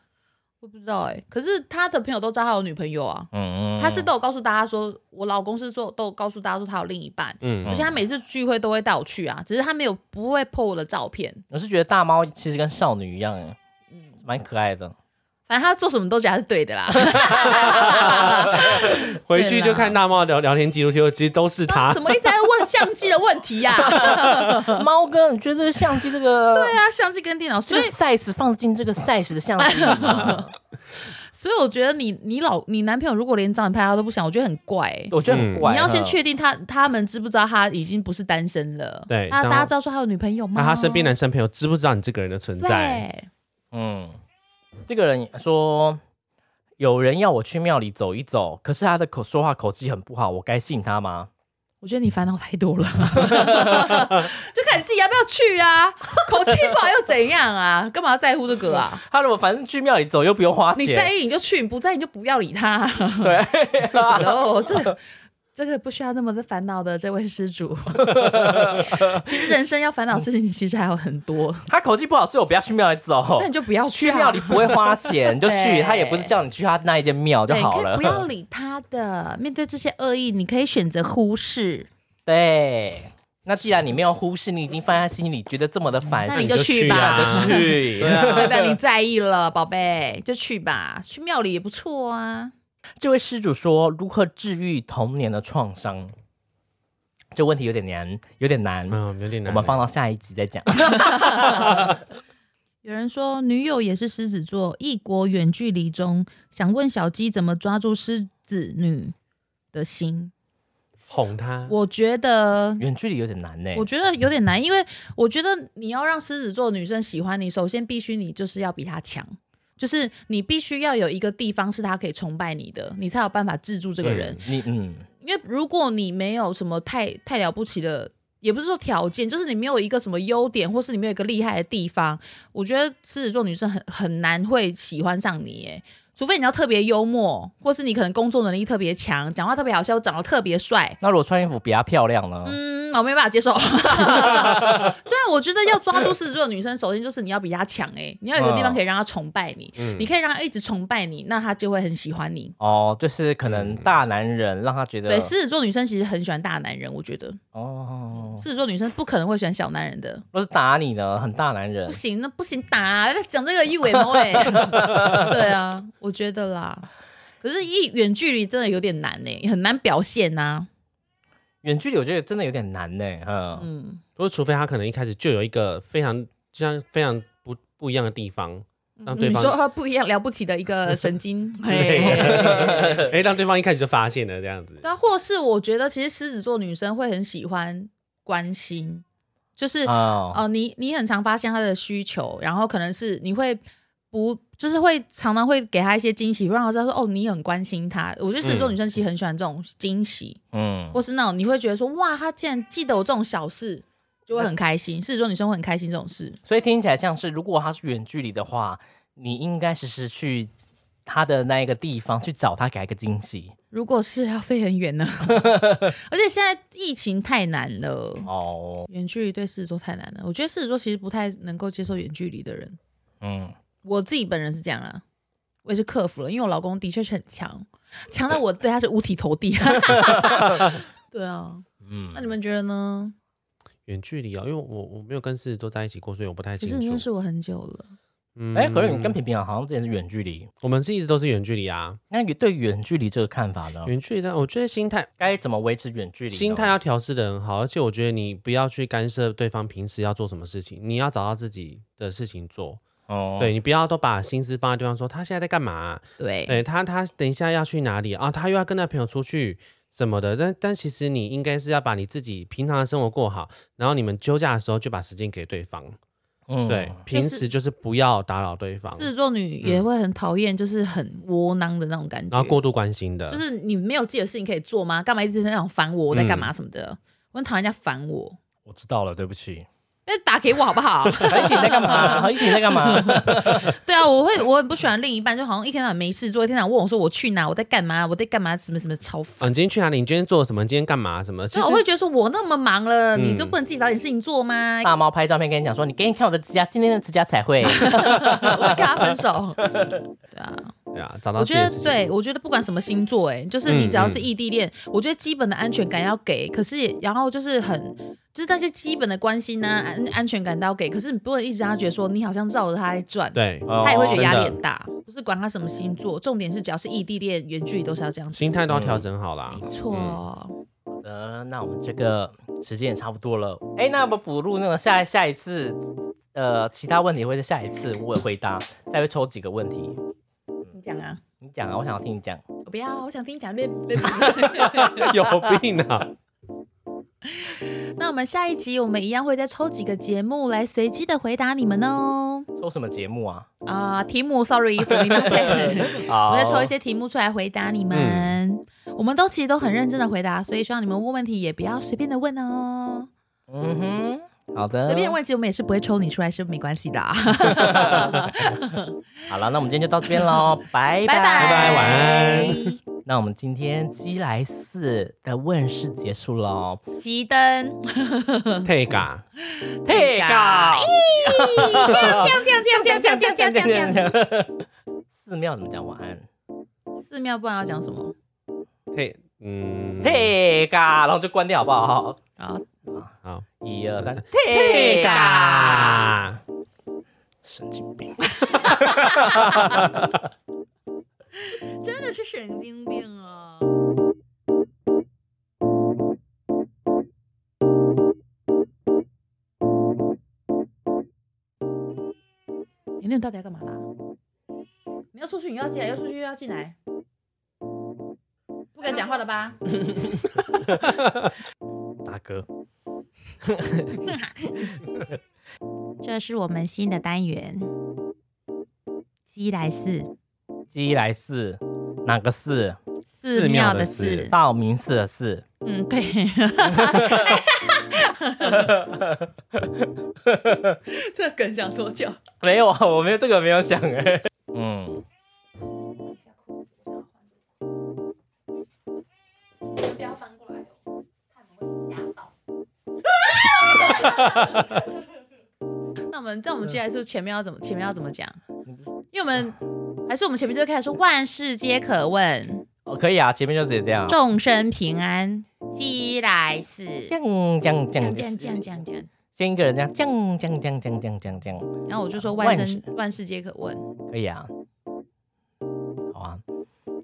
Speaker 1: 我不知道哎、可是他的朋友都知道他有女朋友啊，
Speaker 2: 嗯，
Speaker 1: 他是都有告诉大家说，我老公是做都有告诉大家说他有另一半，而
Speaker 3: 嗯，
Speaker 1: 且他每次聚会都会带我去啊，只是他没有不会 po 我的照片，
Speaker 2: 我是觉得大猫其实跟少女一样，哎，
Speaker 1: 嗯
Speaker 2: 蛮可爱 的。
Speaker 1: 反正他做什么都觉得他是对的啦。
Speaker 3: 回去就看大猫聊聊天记录，就其实都是他
Speaker 1: 怎。么一直在问相机的问题呀、
Speaker 2: 猫哥，你觉得这个相机这个
Speaker 1: 对啊，相机跟电脑，所
Speaker 2: 这
Speaker 1: 以
Speaker 2: 个 size 放进这个 size 的相机 里吗？
Speaker 1: 所以我觉得你你老你男朋友如果连照片拍他都不想，我觉得很怪、欸。
Speaker 2: 我觉得很
Speaker 3: 嗯
Speaker 2: 怪。
Speaker 1: 你要先
Speaker 2: 嗯
Speaker 1: 确定他他们知不知道他已经不是单身了。
Speaker 3: 对
Speaker 1: 那
Speaker 3: 然后
Speaker 1: 大家知道说他有女朋友吗？
Speaker 3: 那啊他身边男生朋友知不知道你这个人的存在？
Speaker 1: 对，
Speaker 2: 嗯，这个人说有人要我去庙里走一走，可是他的口说话口气很不好，我该信他吗？
Speaker 1: 我觉得你烦恼太多了， 就看你自己要不要去啊。口气不好又怎样啊？干嘛要在乎这个 啊？
Speaker 2: 他如果反正去庙里走又不用花
Speaker 1: 你在
Speaker 2: 钱，
Speaker 1: 意你就去，你不在意你就不要理他。
Speaker 2: 对，啊
Speaker 1: Hello，这这个不需要那么的烦恼的，这位施主。其实人生要烦恼的事情其实还有很多，
Speaker 2: 他口气不好，所以我不要去庙里走
Speaker 1: 那。你就不要
Speaker 2: 哦去
Speaker 1: 啊
Speaker 2: 庙里不会花钱，你就 去，
Speaker 1: 对
Speaker 2: 他也不是叫你去他那一间庙就
Speaker 1: 对，你
Speaker 2: 好
Speaker 1: 可以
Speaker 2: 了
Speaker 1: 不。要理他的。面对这些恶意，你可以选择忽视。
Speaker 2: 对，那既然你没有忽视，你已经放在心里，觉得这么的烦，
Speaker 1: 哎那
Speaker 2: 那
Speaker 1: 你
Speaker 2: 你
Speaker 1: 就去吧
Speaker 3: 啊
Speaker 2: 就去。
Speaker 3: 对啊，
Speaker 1: 代表你在意了，宝贝，就去吧，去庙里也不错啊。
Speaker 2: 这位施主说，如何治愈童年的创伤？这问题有点难，有点难。
Speaker 3: 嗯，有点
Speaker 2: 我
Speaker 3: 难。
Speaker 2: 们放到下一集再讲。
Speaker 1: 有人说女友也是狮子座，异国远距离中，想问小鸡怎么抓住狮子女的心？
Speaker 3: 哄他，
Speaker 1: 我觉得
Speaker 2: 远距离有点难欸呢、
Speaker 1: 我觉得有点难，因为我觉得你要让狮子座女生喜欢你，首先必须你就是要比她强，就是你必须要有一个地方是她可以崇拜你的，你才有办法制住这个人。
Speaker 2: 嗯你嗯，
Speaker 1: 因为如果你没有什么太太了不起的，也不是说条件，就是你没有一个什么优点，或是你没有一个厉害的地方，我觉得狮子座女生很很难会喜欢上你诶。除非你要特别幽默，或是你可能工作能力特别强，讲话特别好笑，长得特别帅，
Speaker 2: 那如果穿衣服比较漂亮呢？
Speaker 1: 嗯，我没办法接受。对啊，我觉得要抓住狮子座的女生，首先就是你要比她强哎，你要有一个地方可以让她崇拜你，你可以让她一直崇拜你，那她就会很喜欢你。
Speaker 2: 哦，就是可
Speaker 3: 嗯
Speaker 2: 能大男人让他觉得
Speaker 1: 对，狮子座女生其实很喜欢大男人，我觉得
Speaker 2: 哦，
Speaker 1: 狮子座女生不可能会喜欢小男人的，
Speaker 2: 若是打你呢，很大男人
Speaker 1: 不。行，那不行，打啊讲这个一尾毛 哎，对啊，我觉得啦，可是，一远距离真的有点难哎、很难表现啊呐、
Speaker 2: 远距离我觉得真的有点难呢、
Speaker 3: 哦
Speaker 2: 嗯，
Speaker 1: 嗯
Speaker 3: 不是除非他可能一开始就有一个非常这样非常不不一样的地方，让
Speaker 1: 嗯，
Speaker 3: 对
Speaker 1: 你说
Speaker 3: 方
Speaker 1: 她不一样了不起的一个神 经
Speaker 3: 之类
Speaker 1: 嘿
Speaker 3: 的， 哎，让对方一开始就发现了这样子
Speaker 1: 对，啊，或是我觉得其实狮子座女生会很喜欢关心，就是、
Speaker 2: 哦，
Speaker 1: 呃，你你很常发现她的需求，然后可能是你会不就是会常常会给她一些惊喜，会让她知道说哦你很关心她。我觉得狮子座
Speaker 3: 嗯
Speaker 1: 女生其实很喜欢这种惊喜，
Speaker 2: 嗯，
Speaker 1: 或是那种你会觉得说哇她竟然记得我这种小事，就会很开心。狮子座女生会很开心这种事。
Speaker 2: 所以听起来像是，如果他是远距离的话，你应该时时去他的那一个地方去找他，给他一个惊喜
Speaker 1: 如果是要飞很远呢，而且现在疫情太难了。
Speaker 2: 哦。
Speaker 1: 远距离对狮子座太难了，我觉得狮子座其实不太能够接受远距离的人。
Speaker 2: 嗯，
Speaker 1: 我自己本人是这样啦，我也是克服了，因为我老公的确是很强，强到我对他是五体投地。对啊，
Speaker 2: 嗯
Speaker 1: 那你们觉得呢？
Speaker 3: 远距离哦，因为我我没有跟狮子座在一起过，所以我不太
Speaker 1: 其
Speaker 3: 清
Speaker 1: 实你认识
Speaker 3: 楚。
Speaker 1: 我很久了，
Speaker 3: 嗯
Speaker 2: 哎、可是你跟平平好像之前是远距离，
Speaker 3: 我们是一直都是远距离啊，
Speaker 2: 那你对远距离这个看法呢？
Speaker 3: 远距离的，我觉得心态
Speaker 2: 该怎么维持远哦距离呢？
Speaker 3: 心态要调试的很好，而且我觉得你不要去干涉对方平时要做什么事情，你要找到自己的事情做。
Speaker 2: 哦，
Speaker 3: 对你不要都把心思放在对方说他现在在干嘛、
Speaker 1: 对，
Speaker 3: 哎、他他等一下要去哪里啊？他又要跟他朋友出去什么的。但但其实你应该是要把你自己平常的生活过好，然后你们休假的时候就把时间给对方。
Speaker 2: 嗯
Speaker 3: 对，平时就是不要打扰对方，
Speaker 1: 狮子座女也会很讨厌，就是很窝囊的那种感觉，
Speaker 3: 然后过度关心的。
Speaker 1: 就是你没有自己的事情可以做吗？干嘛一直在那种烦我，我在干嘛什么的？我很讨厌人家烦我，
Speaker 2: 我知道了，对不 起。
Speaker 1: 那打给我好不好？
Speaker 2: 一起在干嘛？啊一起在干嘛？
Speaker 1: 对啊，我会我很不喜欢另一半，就好像一天到晚没事做，一天到晚问我说我去哪，我在干嘛，我在干嘛，什么什么超烦。
Speaker 3: 啊，你今天去哪里？你今天做了什么？你今天干嘛？什么？其
Speaker 1: 对，啊
Speaker 3: 实
Speaker 1: 我会觉得说，我那么忙了，你
Speaker 3: 嗯
Speaker 1: 就不能自己找点事情做 吗？
Speaker 2: 大猫拍照片跟你讲说，你给你看我的指甲，今天的指甲彩绘。
Speaker 1: 我会跟他分 手。对啊，
Speaker 3: 对啊，找到
Speaker 1: 我
Speaker 3: 自
Speaker 1: 觉
Speaker 3: 己的
Speaker 1: 得
Speaker 3: 事情。
Speaker 1: 对，我觉得不管什么星座、哎，就是你
Speaker 3: 嗯
Speaker 1: 只要是异地恋，我觉得基本的安全感要给，可是也然后就是很。就是那些基本的关心呢、安安全感都要给，可是你不能一直让他觉得说你好像绕着他在转，
Speaker 3: 对哦
Speaker 1: 他也会觉得压力
Speaker 3: 真的
Speaker 1: 很大。不是管他什么星座，重点是只要是异地恋、远距离都是要这样子。
Speaker 3: 心态都要调整好啦。
Speaker 1: 没错，
Speaker 3: 嗯
Speaker 2: 呃，那我们这个时间也差不多了。哎，那我们补录那个下下一次，呃，其他问题会是下一次我回答，再会抽几个问题。
Speaker 1: 你讲啊，
Speaker 2: 你讲啊，我想要听你讲。
Speaker 1: 我不要，我想听你讲被被。
Speaker 3: 有病啊！
Speaker 1: 那我们下一集我们一样会再抽几个节目来随机的回答你们哦。
Speaker 2: 抽什么节目啊？
Speaker 1: 啊、题目，sorry，什 么我
Speaker 2: 好
Speaker 1: 们再抽一。些题目出来回答你们。我们都其实都很认真的回答，所以希望你们问问题也不要随便的问哦。
Speaker 2: 嗯哼，好的。
Speaker 1: 随便。问，其实我们也是不会抽你出来，是没关系的、啊。
Speaker 2: 好了，那我们今天就到这边喽，拜
Speaker 1: 拜拜，
Speaker 2: 拜
Speaker 3: 拜晚安。
Speaker 2: 那我们今天基莱四的问世结束喽。
Speaker 1: 熄灯，
Speaker 3: 退嘎。
Speaker 2: 退稿。
Speaker 1: 这样这样这样这样这样这样这样这样这样。
Speaker 2: 寺庙怎么讲晚安？
Speaker 1: 寺庙不然要讲什么？
Speaker 3: 嘿，嗯，，
Speaker 2: 退嘎，然后就关掉好不好？
Speaker 1: 啊，
Speaker 3: 好，
Speaker 2: 一二三，
Speaker 1: 退
Speaker 2: 退嘎，
Speaker 3: 啊，
Speaker 2: 神经病。
Speaker 1: 真的是神经病啊！你那你到底要干嘛啦？你要出去，你要进来；要出去，又要进来。不不敢讲话了吧？
Speaker 2: 大哥，
Speaker 1: 这是我们新的单元，鸡来寺，
Speaker 2: 鸡来寺哪个寺？
Speaker 1: 寺
Speaker 3: 庙
Speaker 1: 庙
Speaker 3: 的
Speaker 1: 的
Speaker 3: 寺
Speaker 1: 寺。
Speaker 2: 道明寺的寺。
Speaker 1: 嗯，对， 这梗想多久？
Speaker 2: 没有啊，我没有这个没有想哎、嗯，
Speaker 1: 不要翻过来哦，他们会吓到。那我们，那我们接下来是前面要怎么，前面要怎么讲？因为我们还是我们前面就开始说万事皆可问，
Speaker 2: 哦可以啊，前面就直接这样啊。
Speaker 1: 众生平安，鸡来寺。
Speaker 2: 这样这样
Speaker 1: 这
Speaker 2: 这样
Speaker 1: 样这样这样这样这样，
Speaker 2: 先一个人这样，这样这样这样这样这样这样这样，
Speaker 1: 然后我就说
Speaker 2: 万
Speaker 1: 万
Speaker 2: 事
Speaker 1: 生万事皆可问，
Speaker 2: 可以啊，好啊，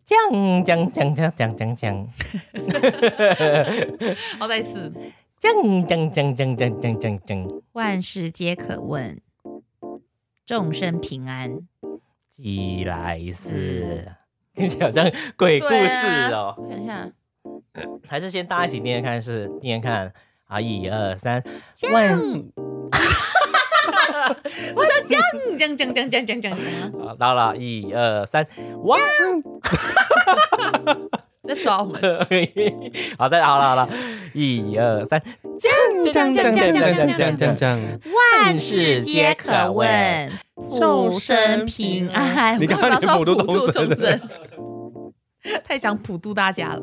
Speaker 2: 这样这样这样这样这样这样这样，
Speaker 1: 好再一次，
Speaker 2: 这样这样这样这样这样这样这样这样，
Speaker 1: 万事皆可问，众生平安。
Speaker 2: 鸡来寺，听起来好像鬼故事哦。
Speaker 1: 想一下，
Speaker 2: 还是先大家一起念念看，是念念看啊，一二三，万
Speaker 1: 我在讲讲讲讲讲讲讲讲，
Speaker 2: 好到了，一二三，哇！
Speaker 1: 在耍我们。
Speaker 2: 好，再好了好了，一二三，这样这样这样这样这样这样这样。
Speaker 3: 样，
Speaker 1: 万事皆可问，
Speaker 3: 众
Speaker 1: 众
Speaker 3: 生
Speaker 1: 生
Speaker 3: 平
Speaker 1: 平
Speaker 3: 安
Speaker 1: 安。
Speaker 3: 你刚刚
Speaker 1: 我
Speaker 3: 连普
Speaker 1: 说
Speaker 3: 度
Speaker 1: 普
Speaker 3: 众
Speaker 1: 度
Speaker 3: 生
Speaker 1: 众生，太想普度大家了。